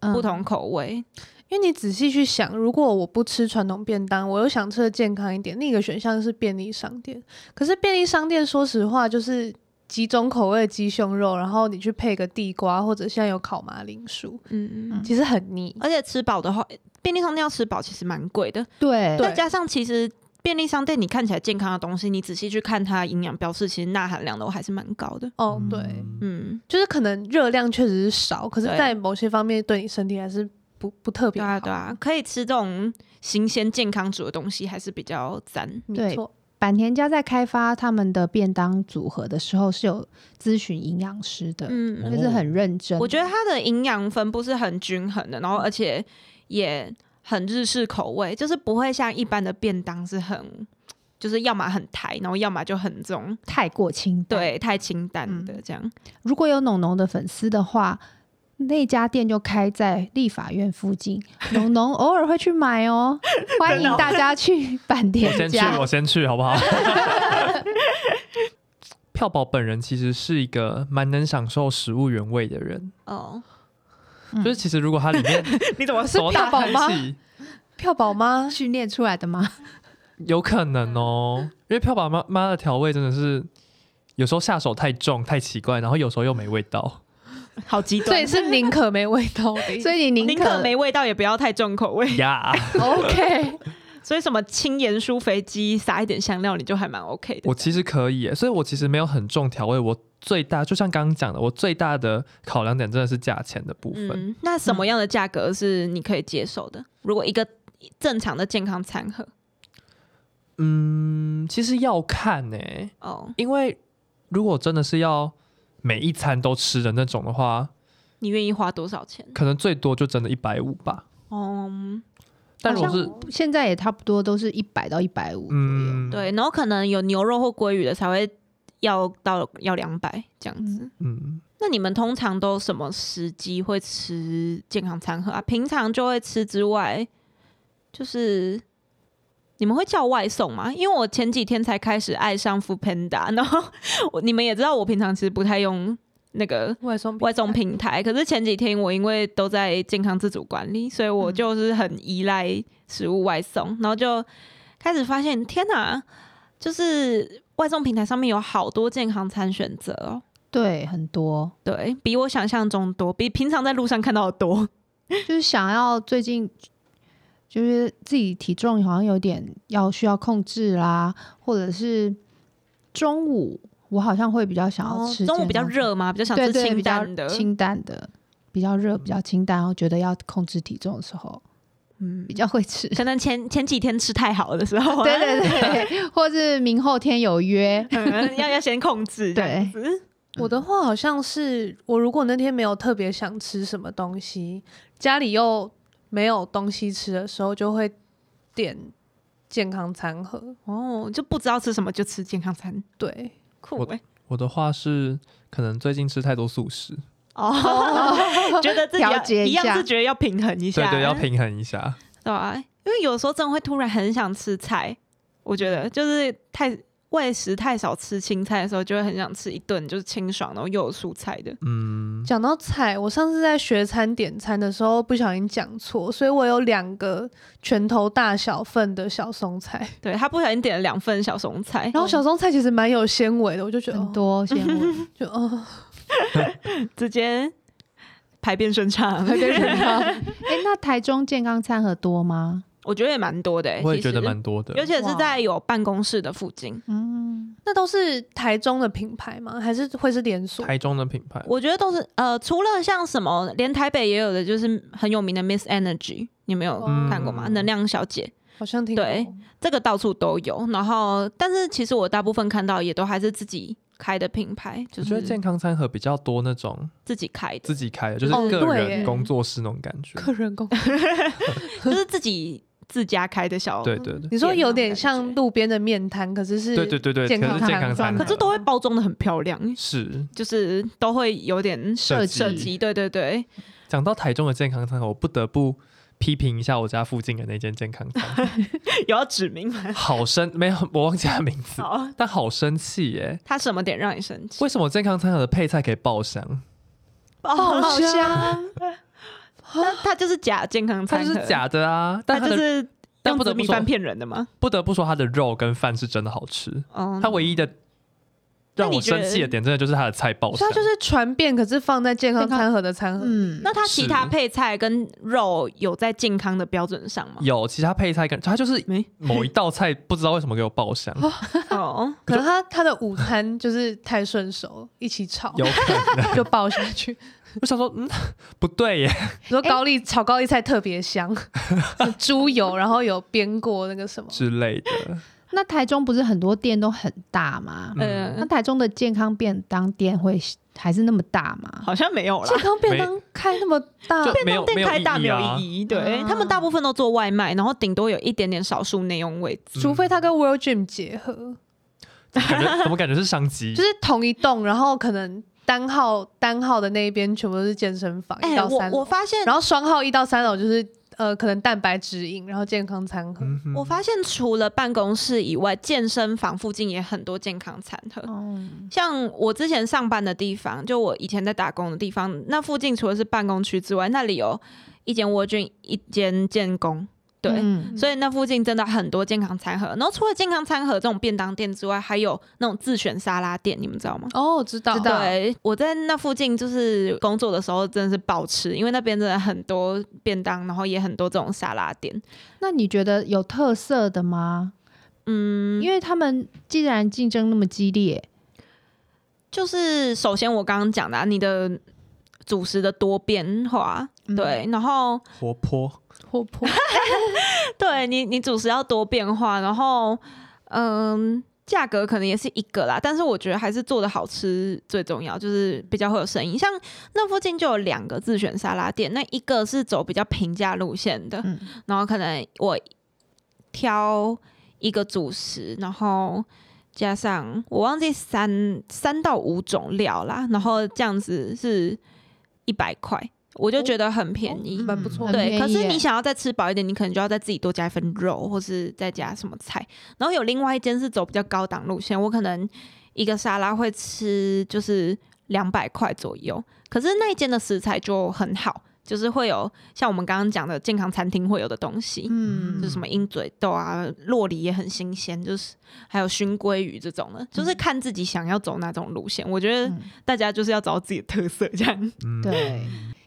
Speaker 2: 嗯
Speaker 1: 不同口味。
Speaker 3: 因为你仔细去想，如果我不吃传统便当，我又想吃的健康一点，另一个选项是便利商店。可是便利商店，说实话就是。几种口味的鸡胸肉，然后你去配个地瓜，或者现在有烤马铃薯，
Speaker 1: 嗯嗯
Speaker 2: 嗯，
Speaker 3: 其实很腻。
Speaker 1: 而且吃饱的话，便利商店要吃饱其实蛮贵的，
Speaker 2: 对
Speaker 3: 对
Speaker 1: 再加上其实。便利商店你看起来健康的东西，你仔细去看它营养标示，其实钠含量都还是蛮高的。
Speaker 3: 哦，对，
Speaker 1: 嗯，
Speaker 3: 就是可能热量确实是少，可是，
Speaker 1: 对
Speaker 3: 在某些方面对你身体还是不不特别
Speaker 1: 对
Speaker 3: 好。
Speaker 1: 啊，对啊，可以吃这种新鲜健康煮的东西，还是比较赞。
Speaker 3: 没
Speaker 2: 对
Speaker 3: 错。
Speaker 2: 坂田家在开发他们的便当组合的时候是有咨询营养师的，
Speaker 1: 嗯，
Speaker 2: 就是很认真。
Speaker 1: 我觉得它的营养分布是很均衡的，然后而且也很日式口味，就是不会像一般的便当是很，就是要么很台，然后要么就很这种
Speaker 2: 太过清淡。，
Speaker 1: 对嗯太清淡的这样。
Speaker 2: 如果有农农的粉丝的话，那家店就开在立法院 附近，农农偶尔会去买哦，欢迎大家去坂
Speaker 5: 我先
Speaker 2: 田
Speaker 5: 去，
Speaker 2: 家
Speaker 5: 我。先去，好不 好？票宝本人其实是一个蛮能享受食物原味的人，
Speaker 1: 哦，
Speaker 2: 嗯
Speaker 5: 就是其实如果它里 面
Speaker 1: 你怎么
Speaker 5: 什么大
Speaker 3: 票宝吗
Speaker 5: 开启
Speaker 3: 票宝 妈
Speaker 2: 训练出来的吗？
Speaker 5: 有可能哦，因为票宝妈妈的调味真的是有时候下手太重太奇怪，然后有时候又没味道。
Speaker 1: 好极
Speaker 3: 所
Speaker 1: 端
Speaker 3: 以？是宁可没味道的意思，
Speaker 2: 所以你
Speaker 1: 宁可没味道，也不要太重口味。
Speaker 5: 呀、
Speaker 3: OK，
Speaker 1: 所以什么轻盐酥肥鸡，撒一点香料，你就还蛮 OK 的。
Speaker 5: 我其实可以耶，所以我其实没有很重调味，我最大就像刚刚讲的，我最大的考量点真的是价钱的部分。
Speaker 1: 嗯，那什么样的价格是你可以接受的？如果一个正常的健康餐盒，
Speaker 5: 嗯，其实要看呢、
Speaker 1: 哦，
Speaker 5: 因为如果真的是要每一餐都吃的那种的话，
Speaker 1: 嗯你愿意花多少钱？
Speaker 5: 可能最多就真的一百五吧。
Speaker 1: 哦、
Speaker 5: 但如果是
Speaker 2: 好像现在也差不多都是一百到一百五左右。
Speaker 5: 嗯，，
Speaker 1: 对，然后可能有牛肉或鲑鱼的才会要到要两百这样子。
Speaker 5: 嗯，
Speaker 1: 那你们通常都什么时机会吃健康餐盒啊？平常就会吃之外，就是你们会叫外送吗？因为我前几天才开始爱上 Food Panda，然 后我你们也知道我平常其实不太用那个
Speaker 3: 外送
Speaker 1: 外送平台，可是前几天我因为都在健康自主管理，所以我就是很依赖食物外送，然后就开始发现，天哪，就是外送平台上面有好多健康餐选择哦，
Speaker 2: 对，很多。
Speaker 1: 对比我想象中多，比平常在路上看到的
Speaker 2: 哦
Speaker 1: 多。
Speaker 2: 就是想要最近就是自己体重好像有点要需要控制啦，或者是中午我好像会比较想要吃、
Speaker 1: 哦中午比较，热嘛，比较想
Speaker 2: 对
Speaker 1: 吃
Speaker 2: 对，
Speaker 1: 清
Speaker 2: 比较
Speaker 1: 淡的，
Speaker 2: 清淡的。比较热，比较清淡，然后觉得要控制体重的时候，
Speaker 1: 嗯
Speaker 2: 比，较会吃。
Speaker 1: 可能前前几天吃太好的时候啊，
Speaker 2: 对对对， 或是明后天有约，
Speaker 1: 嗯，要要先控制，这样子，
Speaker 3: 我的话好像是我如果那天没有特别想吃什么东西，家里又没有东西吃的时候，就会点健康餐盒。
Speaker 1: 哦，就不知道吃什么就吃健康餐，
Speaker 3: 对，
Speaker 1: 酷哎、
Speaker 5: 我的话是可能最近吃太多素食，
Speaker 1: 哦，觉得自己要
Speaker 2: 调节
Speaker 1: 一
Speaker 2: 一下
Speaker 1: 样是觉得要平衡一下，
Speaker 5: 对对，要平衡一下。
Speaker 1: 对啊，因为有时候真的会突然很想吃菜，我觉得就是太外食太少吃青菜的时候，就会很想吃一顿就是清爽，然后又有蔬菜的。
Speaker 5: 嗯，
Speaker 3: 讲到菜，我上次在学餐点餐的时候不小心讲错，所以我有两个拳头大小份的小松菜，
Speaker 1: 对他不小心点了两份小松菜，
Speaker 3: 然后小松菜其实蛮有纤维的，我就觉得
Speaker 2: 很
Speaker 3: 哦
Speaker 2: 多纤 维。
Speaker 3: 就哦，
Speaker 1: 直接排便顺畅，
Speaker 2: 哎、那台中健康餐盒多吗？
Speaker 1: 我觉得也蛮多的、欸，
Speaker 5: 我也
Speaker 1: 其
Speaker 5: 觉
Speaker 1: 实
Speaker 5: 得蛮多的
Speaker 1: 尤。其是
Speaker 2: 哇
Speaker 1: 在有办公室的附近，
Speaker 2: 嗯，
Speaker 3: 那都是台中的品牌吗？还是会是连锁？
Speaker 5: 台中的品牌，
Speaker 1: 我觉得都是呃，除了像什么，连台北也有的，就是很有名的 Miss Energy，你们有
Speaker 3: 嗯
Speaker 1: 看过吗？能量小姐，
Speaker 3: 好像听过
Speaker 1: 对这个到处都有。然后，但是其实我大部分看到也都还是自己开的品牌，就
Speaker 5: 我觉得
Speaker 1: 是
Speaker 5: 健康餐盒比较多那种
Speaker 1: 自己开的
Speaker 5: 自，己开的，就是
Speaker 3: 哦
Speaker 5: 个
Speaker 3: 对
Speaker 5: 人
Speaker 3: 耶
Speaker 5: 工作室那种感觉。
Speaker 3: 个人工。
Speaker 1: 就是自己自家开的小，
Speaker 5: 对对对
Speaker 3: 你说有点
Speaker 1: 那种
Speaker 3: 像
Speaker 1: 感觉
Speaker 3: 路边的面摊，可是是
Speaker 5: 对对对对，
Speaker 3: 健
Speaker 5: 可
Speaker 3: 康
Speaker 5: 是健
Speaker 2: 餐
Speaker 5: 康餐盒，
Speaker 2: 可
Speaker 1: 可是都会包装的很漂亮，
Speaker 5: 是
Speaker 1: 就是都会有点
Speaker 5: 设
Speaker 2: 计
Speaker 1: 设计，对对对，
Speaker 5: 讲到台中的健康餐盒，我不得不批评一下我家附近的那间健康餐盒，
Speaker 1: 有要指明吗？
Speaker 5: 好生没有，我忘记他名字，
Speaker 1: 好，
Speaker 5: 但好生气耶、
Speaker 1: 他什么点让你生气？
Speaker 5: 为什么健康餐盒的配菜可以爆香？
Speaker 1: 哦
Speaker 3: 好香，
Speaker 1: 那他就是假健康
Speaker 5: 它
Speaker 1: 餐，
Speaker 5: 就是，假的啊！但
Speaker 1: 他
Speaker 5: 它
Speaker 1: 就
Speaker 5: 的
Speaker 1: 是
Speaker 5: 但
Speaker 1: 用
Speaker 5: 不得
Speaker 1: 紫
Speaker 5: 不
Speaker 1: 米
Speaker 5: 说
Speaker 1: 饭，骗人的吗？
Speaker 5: 不得不说它的肉跟饭是真的好吃。
Speaker 1: 哦，
Speaker 5: 它唯一的
Speaker 1: 那
Speaker 5: 让
Speaker 1: 你
Speaker 5: 我
Speaker 1: 觉得
Speaker 5: 生气的点，真的就是它的菜爆
Speaker 3: 所
Speaker 5: 香
Speaker 3: 以它。就是传遍，可是放在健康餐盒的餐盒。
Speaker 2: 嗯，
Speaker 1: 那它其他
Speaker 5: 是
Speaker 1: 配菜跟肉有在健康的标准上吗？
Speaker 5: 有其他配菜跟它就是
Speaker 1: 没
Speaker 5: 某一道菜不知道为什么给我爆香，
Speaker 1: 哦，
Speaker 3: 可能他他的午餐就是太顺手，一起炒
Speaker 5: 有可能
Speaker 3: 就爆下 去。
Speaker 5: 我想说，嗯，不对耶，
Speaker 3: 你说高丽、炒高丽菜特别香， 猪油，然后有煸过那个什么，
Speaker 5: 之类的。
Speaker 2: 那台中不是很多店都很大吗？
Speaker 5: 嗯
Speaker 2: 那
Speaker 1: 呃，
Speaker 2: 台中的健康便当店会还是那么大吗？
Speaker 1: 好像没有
Speaker 3: 健
Speaker 1: 啦。
Speaker 3: 康便当开那么大，
Speaker 5: 就没有
Speaker 1: 便当店开大
Speaker 5: 没
Speaker 1: 没
Speaker 5: 有
Speaker 1: 有
Speaker 5: 意义啊
Speaker 1: 意义，对
Speaker 2: 啊
Speaker 1: 他们大部分都做外卖，然后顶多有一点点少数内用位置。
Speaker 3: 除非它跟 World Gym 结
Speaker 5: 嗯
Speaker 3: 合，
Speaker 5: 怎么嗯 感觉怎么感觉是商 机
Speaker 3: 就？是同一栋，然后可能单号单号的那一边全部都是健身房，一
Speaker 1: 哎，
Speaker 3: 到
Speaker 1: 我
Speaker 3: 三
Speaker 1: 我
Speaker 3: 楼，
Speaker 1: 发现，
Speaker 3: 然后双号一到三楼就是呃可能蛋白质饮，然后健康餐盒。
Speaker 5: 嗯哼
Speaker 1: 我发现除了办公室以外，健身房附近也很多健康餐盒。
Speaker 2: 哦，
Speaker 1: 像我之前上班的地方，就我以前在打工的地方，那附近除了是办公区之外，那里有一间蜗菌，一间建工，对，
Speaker 2: 嗯
Speaker 1: 所以那附近真的很多健康餐盒。然后除了健康餐盒这种便当店之外，还有那种自选沙拉店，你们知道吗？
Speaker 3: 哦，我知道，
Speaker 2: 知道
Speaker 1: 对，我在那附近就是工作的时候，真的是暴吃，因为那边真的很多便当，然后也很多这种沙拉店。
Speaker 2: 那你觉得有特色的吗？
Speaker 1: 嗯，
Speaker 2: 因为他们既然竞争那么激烈，
Speaker 1: 就是首先我刚刚讲的、啊，你的主食的多变化，
Speaker 2: 嗯
Speaker 1: 对，然后
Speaker 5: 活泼，
Speaker 3: 活泼，
Speaker 1: 对你，你主食要多变化，然后嗯，价格可能也是一个啦，但是我觉得还是做的好吃最重要，就是比较会有生意。像那附近就有两个自选沙拉店，那一个是走比较平价路线的，
Speaker 2: 嗯
Speaker 1: 然后可能我挑一个主食，然后。加上我忘记三三到五种料啦，然后这样子是一百块，我就觉得很便宜，
Speaker 3: 嗯蛮不错
Speaker 2: 很
Speaker 3: 的。
Speaker 1: 对，
Speaker 2: 便
Speaker 1: 可
Speaker 2: 宜
Speaker 1: 是
Speaker 2: 耶
Speaker 1: 你想要再吃饱一点，你可能就要再自己多加一份肉，或是再加什么菜。然后有另外一间是走比较高档路线，我可能一个沙拉会吃就是两百块左右，可是那一间的食材就很好，就是会有像我们刚刚讲的健康餐厅会有的东西。
Speaker 2: 嗯
Speaker 1: 就是什么鹰嘴豆啊，洛梨也很新鲜，就是还有熏鲑鱼这种的，就是看自己想要走哪种路线。我觉得
Speaker 2: 嗯
Speaker 1: 大家就是要找到自己的特色，这样。
Speaker 5: 嗯，
Speaker 2: 对，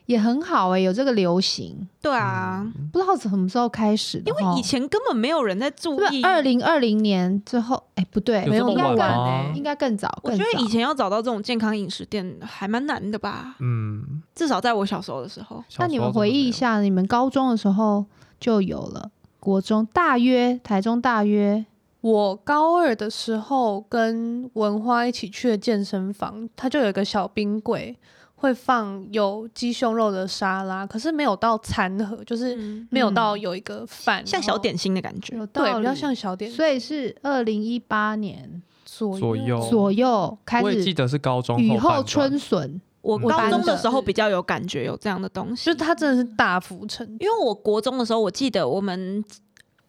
Speaker 2: 也很好哎、有这个流行，
Speaker 1: 对啊，
Speaker 2: 不知道什么时候开始的
Speaker 1: 因
Speaker 2: 哦，
Speaker 1: 为以前根本没有人在注
Speaker 2: 是不
Speaker 1: 意
Speaker 2: 是。二零二零年之后？哎、不对，
Speaker 5: 有这么
Speaker 2: 应该
Speaker 5: 晚
Speaker 2: 更
Speaker 5: 吗
Speaker 2: 应该更早，
Speaker 1: 我
Speaker 2: 更
Speaker 1: 觉
Speaker 2: 早。
Speaker 1: 得以前要找到这种健康饮食店还蛮难的吧，
Speaker 5: 嗯，
Speaker 1: 至少在我小时候的时候，
Speaker 5: 小
Speaker 2: 那你
Speaker 5: 时候
Speaker 2: 们
Speaker 5: 真的
Speaker 2: 回忆
Speaker 5: 没
Speaker 2: 一
Speaker 5: 有，
Speaker 2: 下，你们高中的时候就有了，国中大约台中大约
Speaker 3: 我高二的时候跟文花一起去的健身房，它就有一个小冰柜，会放有鸡胸肉的沙拉，可是没有到餐盒，就是
Speaker 1: 嗯，
Speaker 3: 没有到有一个饭，
Speaker 1: 像
Speaker 3: 然后
Speaker 1: 小点心的感觉。
Speaker 2: 有道
Speaker 3: 对，比较
Speaker 2: 理
Speaker 3: 像小点
Speaker 2: 所以是二零一八年
Speaker 3: 左
Speaker 5: 左右
Speaker 2: 左右开
Speaker 5: 哦我也记
Speaker 2: 始
Speaker 5: 得是高中
Speaker 2: 雨
Speaker 5: 后半
Speaker 2: 后
Speaker 5: 段
Speaker 2: 春笋，
Speaker 1: 我
Speaker 5: 嗯
Speaker 1: 高中
Speaker 3: 班
Speaker 1: 的
Speaker 3: 的
Speaker 1: 时候比较有感觉有这样的东西，
Speaker 3: 就是它真的是大幅成长，
Speaker 1: 因为我国中的时候，我记得我们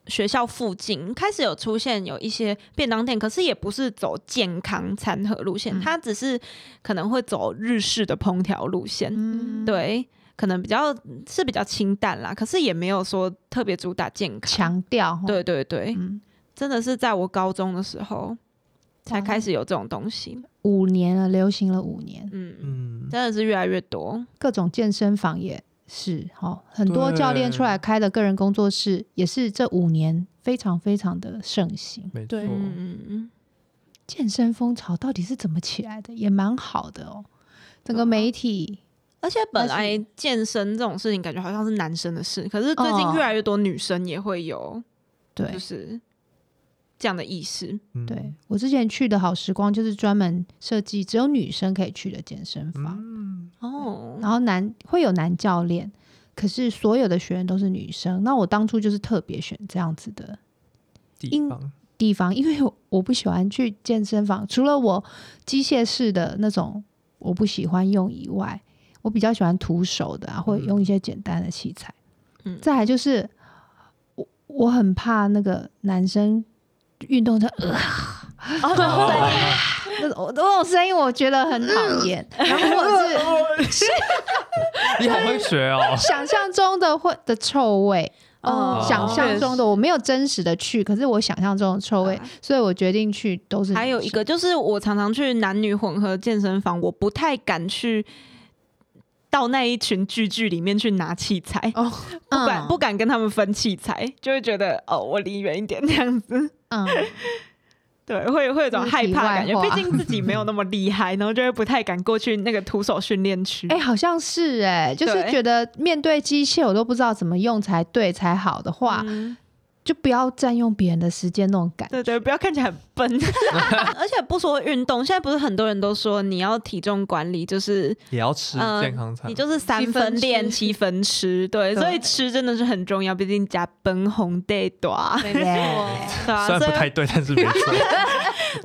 Speaker 1: 学校附近开始有出现有一些便当店，可是也不是走健康餐盒路线，
Speaker 2: 嗯
Speaker 1: 它只是可能会走日式的烹调路线。
Speaker 2: 嗯，
Speaker 1: 对，可能比较是比较清淡啦，可是也没有说特别主打健康。
Speaker 2: 强调哈，
Speaker 1: 对对对，
Speaker 2: 嗯，
Speaker 1: 真的是在我高中的时候才
Speaker 2: 哇
Speaker 1: 开始有这种东西。
Speaker 2: 五年了，流行了五年，
Speaker 1: 嗯，
Speaker 5: 嗯，
Speaker 1: 真的是越来越多。
Speaker 2: 各种健身房也是哦，很多
Speaker 5: 对
Speaker 2: 教练出来开的个人工作室也是这五年非常非常的盛行。
Speaker 5: 没错
Speaker 3: 对，
Speaker 1: 嗯嗯嗯，
Speaker 2: 健身风潮到底是怎么起来的？也蛮好的哦，整个
Speaker 1: 对啊
Speaker 2: 媒体
Speaker 1: 而且本
Speaker 2: 但
Speaker 1: 来
Speaker 2: 是
Speaker 1: 健身这种事情感觉好像是男生的事，可是最近
Speaker 2: 哦
Speaker 1: 越来越多女生也会有，
Speaker 2: 对
Speaker 1: 就是这样的意识。
Speaker 5: 嗯
Speaker 2: 对我之前去的好时光就是专门设计只有女生可以去的健身房，
Speaker 5: 嗯，
Speaker 1: 哦，
Speaker 2: 然后男会有男教练，可是所有的学员都是女生。那我当初就是特别选这样子的
Speaker 5: 地
Speaker 2: 因
Speaker 5: 方
Speaker 2: 地方，因为我我不喜欢去健身房，除了我机械式的那种我不喜欢用以外，我比较喜欢徒手的啊，或者用一些简单的器材。
Speaker 1: 嗯
Speaker 2: 再来就是我我很怕那个男生运动 的呃
Speaker 5: 哦
Speaker 2: 那种那种声音，我觉得很
Speaker 1: 嗯
Speaker 2: 讨厌。然后或者 是
Speaker 5: 你好会学 哦，
Speaker 2: 想象中的会的臭味，嗯
Speaker 1: 哦
Speaker 2: 想象中的我没有真实的去，可是我想象中的臭味
Speaker 1: 啊，
Speaker 2: 所以我决定去都是
Speaker 1: 还有一
Speaker 2: 女生
Speaker 1: 个就是，我常常去男女混合健身房，我不太敢去到那一群聚聚里面去拿器材，
Speaker 3: 哦，
Speaker 1: 不敢
Speaker 2: 嗯
Speaker 1: 不敢跟他们分器材，就会觉得哦，我离远一点这样子。
Speaker 2: 嗯，
Speaker 1: 对，会会有种
Speaker 2: 就是
Speaker 1: 害
Speaker 2: 题
Speaker 1: 怕
Speaker 2: 外
Speaker 1: 感觉，
Speaker 2: 话
Speaker 1: 毕竟自己没有那么厉害，然后就会不太敢过去那个徒手训练区。
Speaker 2: 哎、好像是哎、就是
Speaker 1: 对
Speaker 2: 觉得面对机械我都不知道怎么用才对才好的话，
Speaker 1: 嗯
Speaker 2: 就不要占用别人的时间那种感觉。
Speaker 1: 对对，不要看起来很 笨。 而且不说运动，现在不是很多人都说你要体重管理，就是
Speaker 5: 也要吃
Speaker 1: 嗯
Speaker 5: 健康餐
Speaker 1: 你，就是三
Speaker 3: 七分
Speaker 1: 分练
Speaker 3: 吃
Speaker 1: 七分吃，对，
Speaker 2: 对
Speaker 1: 所以吃真的是很重要，毕竟加本红对短，
Speaker 3: 没错，
Speaker 1: 对啊，
Speaker 5: 虽然
Speaker 1: 所
Speaker 5: 不太
Speaker 1: 以
Speaker 5: 对，但是没 错，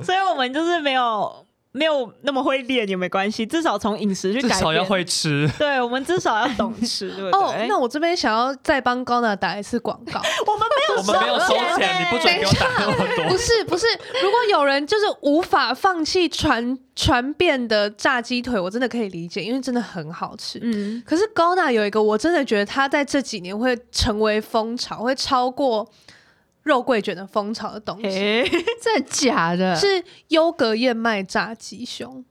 Speaker 1: 所以我们就是没有没有那么会练也没关系，至少从饮食去
Speaker 5: 至
Speaker 1: 改
Speaker 5: 少要
Speaker 1: 变。
Speaker 5: 会吃。
Speaker 1: 对，我们至少要懂吃，对不对？
Speaker 3: 哦，那我这边想要再帮高娜打一次广告，
Speaker 1: 我们没有，
Speaker 5: 我们没有收钱，你不准给我打那么
Speaker 3: 不
Speaker 5: 多。
Speaker 3: 是不是，如果有人就是无法放弃传传遍的炸鸡腿，我真的可以理解，因为真的很好吃。
Speaker 1: 嗯，
Speaker 3: 可是高娜有一个，我真的觉得她在这几年会成为风潮，会超过肉桂卷的风潮的
Speaker 1: 嗯
Speaker 3: 东西，
Speaker 1: 诶，
Speaker 2: 真的假的？
Speaker 3: 是优格燕麦炸鸡胸。
Speaker 5: 哎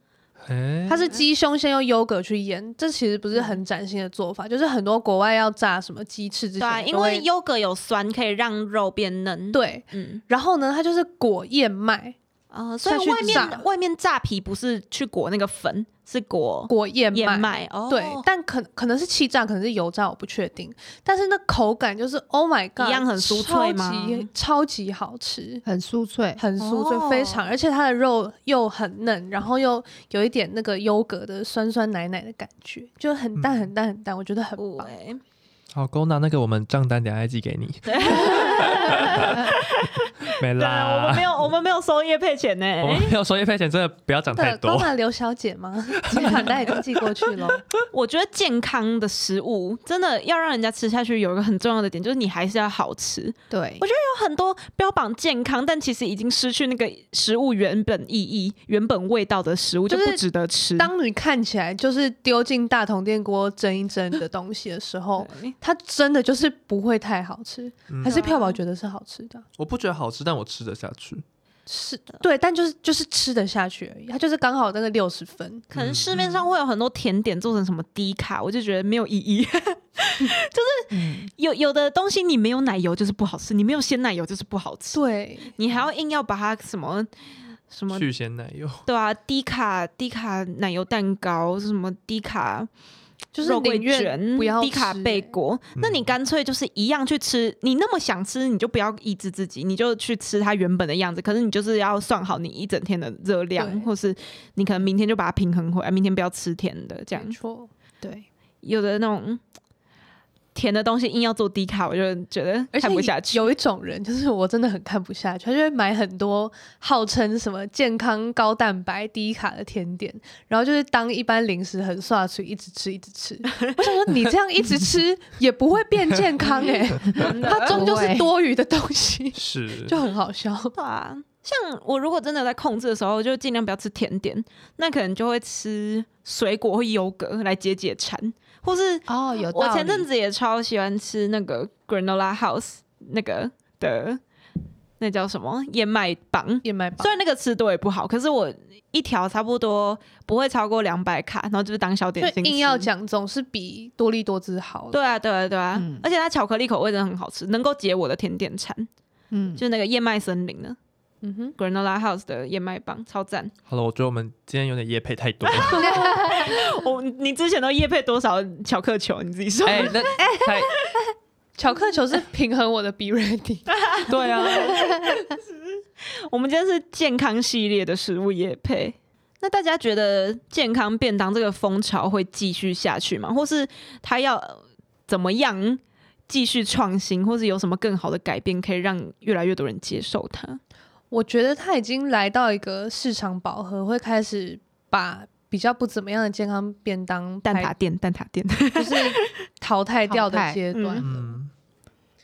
Speaker 1: 嗯
Speaker 3: 它是鸡胸先用优格去腌，这其实不是很崭新的做法，就是很多国外要炸什么鸡翅之
Speaker 1: 嗯对啊，
Speaker 3: 前
Speaker 1: 因
Speaker 3: 都会，
Speaker 1: 为优格有酸，可以让肉变嫩。，
Speaker 3: 对，
Speaker 1: 嗯，
Speaker 3: 然后呢，它就是裹燕麦，
Speaker 1: 呃，所以
Speaker 3: 下去
Speaker 1: 外
Speaker 3: 炸
Speaker 1: 面外面炸皮不是去裹那个粉，是裹
Speaker 3: 裹燕麦，
Speaker 1: 燕麦哦，
Speaker 3: 对，但可可能是气炸，可能是油炸，我不确定。但是那口感就是 Oh my God，
Speaker 1: 一样很酥脆吗
Speaker 3: 超级超级好吃，
Speaker 2: 很酥脆，
Speaker 3: 很酥脆，
Speaker 1: 哦
Speaker 3: 非常，而且它的肉又很嫩，然后又有一点那个优格的酸酸奶奶的感觉，就很淡
Speaker 5: 嗯
Speaker 3: 很淡很淡，我觉得很
Speaker 1: 不
Speaker 3: 棒。
Speaker 1: 哎
Speaker 5: 好，勾拿那个我们账单等下再寄给你。没
Speaker 1: 对，啊我们
Speaker 5: 啦
Speaker 1: 没，有，我们没有收叶配钱呢。
Speaker 5: 我们没有收业费钱，真的不要讲太
Speaker 3: 对，高
Speaker 5: 多。
Speaker 3: 娜刘小姐吗？请款单已经寄过去了。
Speaker 1: 我觉得健康的食物真的要让人家吃下去，有一个很重要的点就是你还是要好吃。有
Speaker 2: 对，
Speaker 1: 我很多标榜健康，但其实已经失去那个食物原本意义、原本味道的食物就
Speaker 3: 就是
Speaker 1: 不值得吃。
Speaker 3: 当你看起来就是丢进大同电锅蒸一蒸的东西的时候，
Speaker 1: 对啊
Speaker 3: 它真的就是不会太好吃，
Speaker 5: 嗯
Speaker 3: 还是票宝觉得是好吃的。
Speaker 5: 我不觉得好吃，但我吃得下去。
Speaker 3: 是的，对，但就是就是吃得下去而已，它就是刚好那个六十分。
Speaker 1: 可能市面上会有很多甜点做成什么低卡，我就觉得没有意义。
Speaker 2: 嗯，
Speaker 1: 有有的东西你没有奶油就是不好吃，你没有鲜奶油就是不好吃，
Speaker 3: 对，
Speaker 1: 你还要硬要把它什么什么
Speaker 5: 去鲜奶油，
Speaker 1: 对啊，低卡低卡奶油蛋糕，什么低卡
Speaker 3: 就是
Speaker 1: 肉桂
Speaker 3: 宁愿
Speaker 1: 卷，
Speaker 3: 不要
Speaker 1: 低卡
Speaker 3: 吃欸
Speaker 1: 贝果，那你
Speaker 5: 嗯
Speaker 1: 干脆就是一样去吃。你那么想吃，你就不要抑制自己，你就去吃它原本的样子。可是你就是要算好你一整天的热量
Speaker 3: 对，
Speaker 1: 或是你可能明天就把它平衡回来，明天不要吃甜的这
Speaker 3: 欸
Speaker 1: 样
Speaker 3: 没。错，
Speaker 2: 对，
Speaker 1: 有的那种甜的东西硬要做低卡，我就觉得
Speaker 3: 而且
Speaker 1: 看不下去。
Speaker 3: 有一种人，就是我真的很看不下去，他就会买很多号称什么健康、高蛋白、低卡的甜点，然后就是当一般零食很刷嘴，一直吃，一直 吃。我想说，你这样一直吃也不会变健康哎、 它终究是多余的东西，
Speaker 5: 是
Speaker 3: 就很好 笑。
Speaker 1: 对啊，像我如果真的有在控制的时候，我就尽量不要吃甜点，那可能就会吃水果或优格来解解馋，或是
Speaker 2: 哦，有
Speaker 1: 我前阵
Speaker 2: 子
Speaker 1: 子也超喜欢吃那个 Granola House 那个的，那叫什么燕麦棒。
Speaker 3: 燕麦棒
Speaker 1: 虽然那个吃多也不好，可是我一条差不多不会超过两百卡，然后就是当小点
Speaker 3: 就
Speaker 1: 心吃。
Speaker 3: 硬要讲，总是比多利多汁好。
Speaker 1: 对啊，对啊，对啊，
Speaker 2: 嗯
Speaker 1: 而且它巧克力口味真的很好吃，能够解我的甜点馋，
Speaker 2: 嗯
Speaker 1: 就是那个燕麦森林的
Speaker 3: 嗯哼，
Speaker 1: Granola House 的燕麦棒，超赞！
Speaker 5: 好了，我觉得我们今天有点夜配太多了。
Speaker 1: 我、哦你之前都夜配多少巧克球？你自己说。
Speaker 5: 哎、那太
Speaker 3: 巧克力球是平衡我的 B ready，
Speaker 5: 对啊，
Speaker 1: 我们今天是健康系列的食物也配。那大家觉得健康便当这个风潮会继续下去吗？或是它要呃怎么样继续创新，或是有什么更好的改变可以让越来越多人接受它？
Speaker 3: 我觉得它已经来到一个市场饱和，会开始把比较不怎么样的健康便当
Speaker 1: 蛋
Speaker 3: 排
Speaker 1: 挞店，蛋挞店，
Speaker 3: 就是淘汰掉
Speaker 2: 淘
Speaker 3: 的
Speaker 2: 汰
Speaker 3: 阶段了。
Speaker 5: 嗯，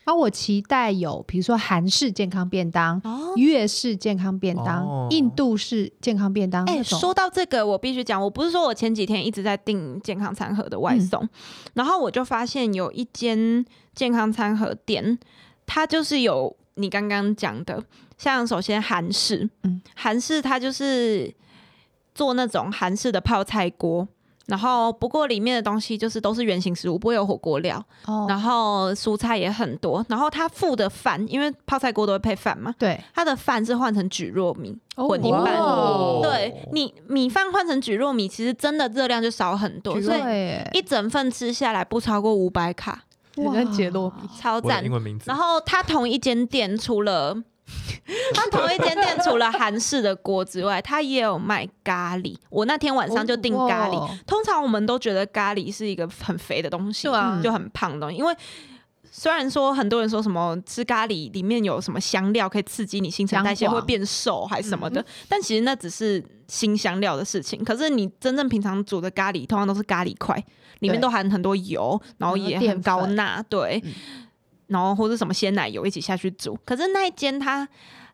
Speaker 2: 啊，我期待有比如说韩式健康便当、粤式健康便当、
Speaker 5: 哦
Speaker 2: 印度式健康便当
Speaker 1: 哎、
Speaker 2: 那种。
Speaker 1: 说到这个，我必须讲，我不是说我前几天一直在订健康餐盒的
Speaker 2: 嗯
Speaker 1: 外送，然后我就发现有一间健康餐盒店，它就是有你刚刚讲的，像首先韩式，
Speaker 2: 嗯
Speaker 1: 韩式它就是做那种韩式的泡菜锅。然后，不过里面的东西就是都是原形食物，不会有火锅料，
Speaker 2: 哦，
Speaker 1: 然后蔬菜也很多，然后它附的饭，因为泡菜锅都会配饭嘛，
Speaker 2: 对，
Speaker 1: 它的饭是换成蒟蒻米，
Speaker 3: 哦
Speaker 1: 混一半
Speaker 5: 哦
Speaker 1: 对你米饭换成蒟蒻米，其实真的热量就少很多，所以
Speaker 2: 对，
Speaker 1: 一整份吃下来不超过五百卡，
Speaker 3: 人家杰洛米
Speaker 1: 超
Speaker 5: 我的
Speaker 1: 赞
Speaker 5: 英。文名字
Speaker 1: 然。后它同一间店除了 它同一间店除了韩式的锅之外，它也有卖咖喱。我那天晚上就订咖喱。
Speaker 2: 哦
Speaker 1: 通常我们都觉得咖喱是一个很肥的东西，
Speaker 3: 是
Speaker 2: 嗯
Speaker 3: 吧
Speaker 1: 就很胖的东西，因为。虽然说很多人说什么吃咖喱里面有什么香料可以刺激你新陈代谢
Speaker 2: 姜
Speaker 1: 会
Speaker 2: 黄
Speaker 1: 变瘦还是什么
Speaker 2: 嗯
Speaker 1: 的，但其实那只是新香料的事情。可是你真正平常煮的咖喱，通常都是咖喱块，里面
Speaker 2: 对
Speaker 1: 都含很多油，然后
Speaker 2: 然后
Speaker 1: 也很
Speaker 2: 淀
Speaker 1: 高
Speaker 2: 粉
Speaker 1: 钠，对，
Speaker 2: 嗯
Speaker 1: 然后或者什么鲜奶油一起下去煮。可是那一间它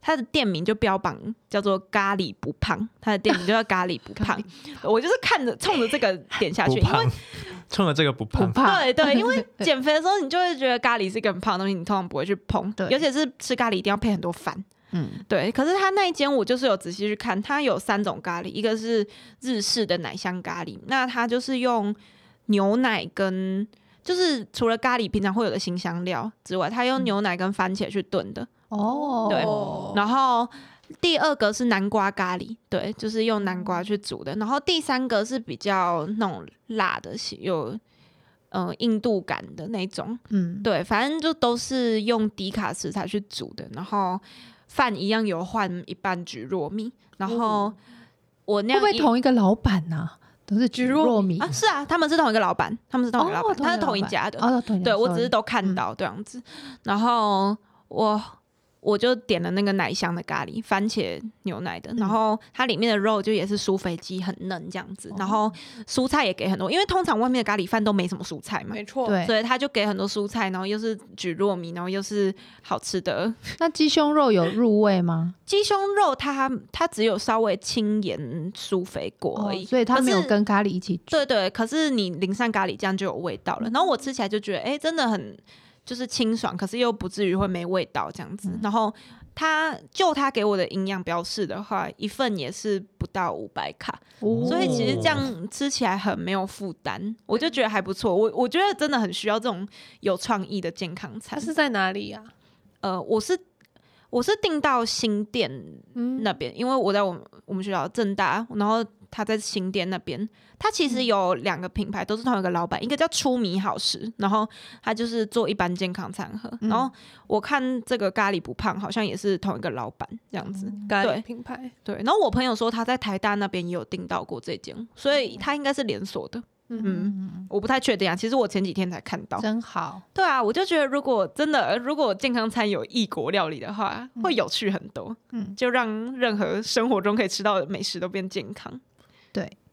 Speaker 1: 它的店名就标榜叫做咖喱不胖，它的店名就叫咖喱不
Speaker 2: 咖
Speaker 1: 胖
Speaker 2: 喱。
Speaker 1: 我就是看着冲着这个点下
Speaker 5: 不
Speaker 1: 去，因为
Speaker 5: 胖， 冲着这个不
Speaker 2: 不
Speaker 5: 胖，
Speaker 2: 怕，
Speaker 1: 对对，因为减肥的时候你就会觉得咖喱是一个很胖的东西，你通常不会去碰，
Speaker 2: 对
Speaker 1: 尤其是吃咖喱一定要配很多饭。
Speaker 2: 嗯，
Speaker 1: 对，可是他那一间我就是有仔细去看，它有三种咖喱，一个是日式的奶香咖喱，那它就是用牛奶跟就是除了咖喱平常会有的新香料之外，它用
Speaker 2: 嗯
Speaker 1: 牛奶跟番茄去炖的。
Speaker 2: 哦，
Speaker 1: 对
Speaker 3: 哦
Speaker 1: 然后第二个是南瓜咖喱，对，就是用南瓜去煮的。然后第三个是比较那种辣的，有呃印度感的那种。
Speaker 2: 嗯，
Speaker 1: 对，反正就都是用低卡食材去煮的，然后饭一样有换一半蒟蒻米，然后我那
Speaker 2: 会
Speaker 1: 样
Speaker 2: 不会
Speaker 1: 一
Speaker 2: 同一个老板呢？都是
Speaker 3: 菊
Speaker 2: 菊
Speaker 3: 若
Speaker 2: 若米
Speaker 1: 啊？是啊，他们是同一个老板，他们是同一个老板，他是同一家的。
Speaker 2: 哦，同一
Speaker 1: 啊对
Speaker 2: 家
Speaker 1: 我只是
Speaker 2: sorry
Speaker 1: 都看到这样子，然后我我就点了那个奶香的咖喱，番茄牛奶的，然
Speaker 2: 嗯
Speaker 1: 后它里面的肉就也是酥肥鸡，很嫩这样子，然后
Speaker 2: 哦
Speaker 1: 蔬菜也给很多，因为通常外面的咖喱饭都没什么蔬菜嘛。
Speaker 3: 没错，
Speaker 2: 对，
Speaker 1: 所以他就给很多蔬菜，然后又是蒟蒻米，然后又是好吃的
Speaker 2: 那鸡胸肉有入味吗？
Speaker 1: 鸡胸肉它，它只有稍微轻盐酥肥过而已，
Speaker 2: 哦所以它
Speaker 1: 可
Speaker 2: 没有
Speaker 1: 是
Speaker 2: 跟咖喱一起煮。
Speaker 1: 对对，可是你淋上咖喱酱就有味道了。然后我
Speaker 3: 嗯
Speaker 1: 吃起来就觉得，哎、真的很就是清爽，可是又不至于会没味道这样子。
Speaker 3: 嗯
Speaker 1: 然后它就它给我的营养标示的话，一份也是不到五百卡，
Speaker 5: 哦
Speaker 1: 所以其实这样吃起来很没有负担，我就觉得还不错。我我觉得真的很需要这种有创意的健康
Speaker 3: 它
Speaker 1: 餐。
Speaker 3: 是在哪里啊呀？
Speaker 1: 呃，我是我是订到新店
Speaker 3: 嗯
Speaker 1: 那边，因为我在我们我们学校正大，然后他在新店那边，他其实有两个品牌，都是同一个老板，一个叫出米好食，然后他就是做一般健康餐盒，
Speaker 2: 嗯
Speaker 1: 然后我看这个咖喱不胖好像也是同一个老板这样子，
Speaker 3: 咖
Speaker 1: 对
Speaker 3: 喱品牌，
Speaker 1: 对，然后我朋友说他在台大那边也有订到过这间，所以他应该是连锁的，
Speaker 3: 嗯，
Speaker 1: 嗯，我不太确定啊。其实我前几天才看到。
Speaker 2: 真好。
Speaker 1: 对啊，我就觉得如果真的呃如果健康餐有异国料理的话，会有趣很多。
Speaker 2: 嗯
Speaker 1: 就让任何生活中可以吃到的美食都变健康。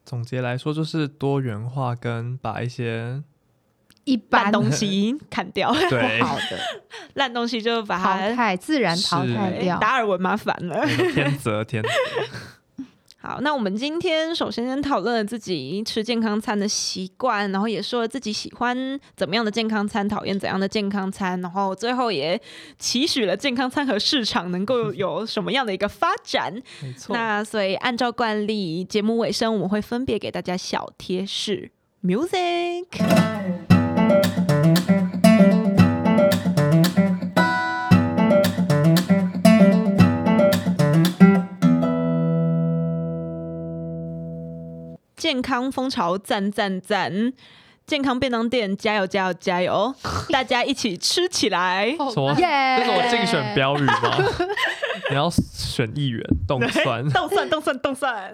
Speaker 5: 总结来说，就是多元化跟把一些
Speaker 2: 一
Speaker 1: 烂
Speaker 2: 般
Speaker 1: 东 西砍掉，
Speaker 5: 对
Speaker 2: 不， 好的
Speaker 1: 烂东西就把
Speaker 2: 淘
Speaker 1: 它哎
Speaker 2: 汰，自然淘汰
Speaker 5: 是
Speaker 2: 掉。
Speaker 1: 达尔文麻烦了。
Speaker 5: 天择天择，
Speaker 1: 好，那我们今天首先先讨论了自己吃健康餐的习惯，然后也说了自己喜欢怎么样的健康餐，讨厌怎样的健康餐，然后最后也期许了健康餐和市场能够有什么样的一个发展。
Speaker 5: 没错。
Speaker 1: 那所以按照惯例，节目尾声我们会分别给大家小贴士，music。健康风潮赞赞赞！健康便当店加油加油加油！大家一起吃起来！
Speaker 5: 什么？
Speaker 2: 耶、
Speaker 5: 这是我竞选标语吗？你要选议员动算。
Speaker 1: 动算动算动算！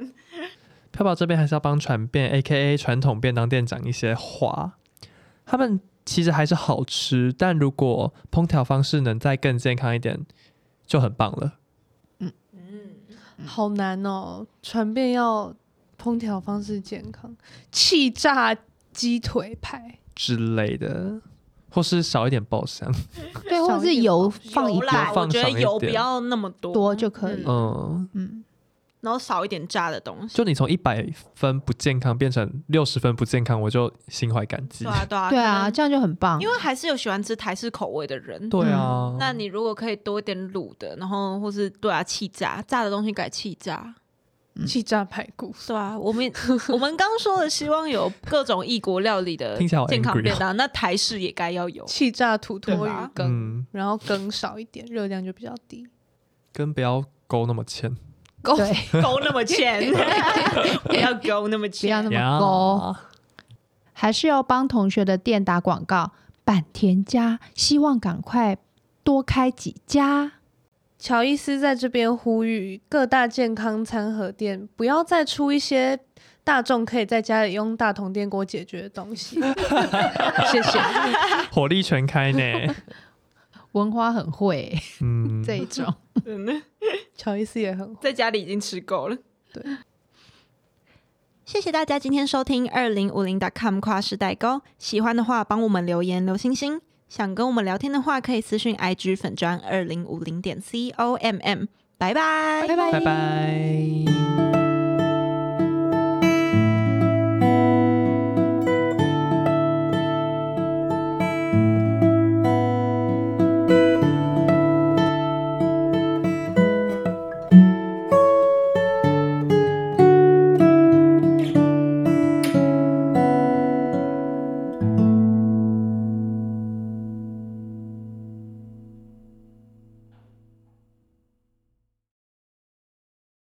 Speaker 5: 票宝这边还是要帮传遍 A K A 传统便当店讲一些话。他们其实还是好吃，但如果烹调方式能再更健康一点，就很棒了。
Speaker 3: 好难哦，传遍要烹调方式健康，气炸鸡腿排，
Speaker 5: 之类的，或是少一点爆香，
Speaker 2: 对，或者是油放一
Speaker 1: 油啦
Speaker 2: 半
Speaker 5: 多
Speaker 1: 我
Speaker 5: 放
Speaker 1: 觉
Speaker 5: 少
Speaker 1: 得
Speaker 5: 一
Speaker 1: 油不
Speaker 5: 点
Speaker 1: 要那么多
Speaker 2: 多就可以
Speaker 1: 嗯
Speaker 5: 嗯，
Speaker 2: 嗯，
Speaker 1: 然后少一点炸的东西。
Speaker 5: 就你从一百分不健康变成六十分不健康，我就心怀感激
Speaker 1: 对。啊，对啊，
Speaker 2: 对
Speaker 1: 可
Speaker 2: 啊，
Speaker 1: 能
Speaker 2: 这样就很棒。
Speaker 1: 因为还是有喜欢吃台式口味的人。
Speaker 5: 对啊，
Speaker 1: 嗯那你如果可以多一点卤的，然后或是对啊，气炸炸的东西改气炸，
Speaker 2: 嗯
Speaker 3: 气炸排骨，
Speaker 1: 对啊，我 们我们刚说的希望有各种异国料理的
Speaker 5: 听起来好
Speaker 1: 健康
Speaker 5: angry 哦
Speaker 1: 便当，那台式也该要 有。
Speaker 3: 气炸土托
Speaker 1: 对
Speaker 3: 鱼
Speaker 1: 吧
Speaker 3: 羹，
Speaker 5: 嗯，
Speaker 3: 然后羹少一点，热量就比较低。
Speaker 5: 跟不要勾那么浅，
Speaker 3: 够
Speaker 2: 对，
Speaker 1: 勾那么 浅， 不要勾那么
Speaker 2: 不要
Speaker 1: 浅
Speaker 2: 那。么高，还是要帮同学的店打广告。坂田家希望赶快多开几家。
Speaker 3: 乔伊斯在这边呼吁各大健康餐盒店不要再出一些大众可以在家里用大铜电锅解决的东西。谢谢。
Speaker 5: 火力全开呢。
Speaker 2: 文花很会、
Speaker 5: 嗯，
Speaker 2: 这一种，
Speaker 1: 真的，
Speaker 3: 乔伊斯也很
Speaker 1: 在家里已经吃够了。
Speaker 3: 对，
Speaker 1: 谢谢大家今天收听二零五零 .com 跨世代沟，喜欢的话帮我们留言留星星，想跟我们聊天的话可以私讯 IG 粉砖二零五零点 com，拜拜。
Speaker 5: 拜拜。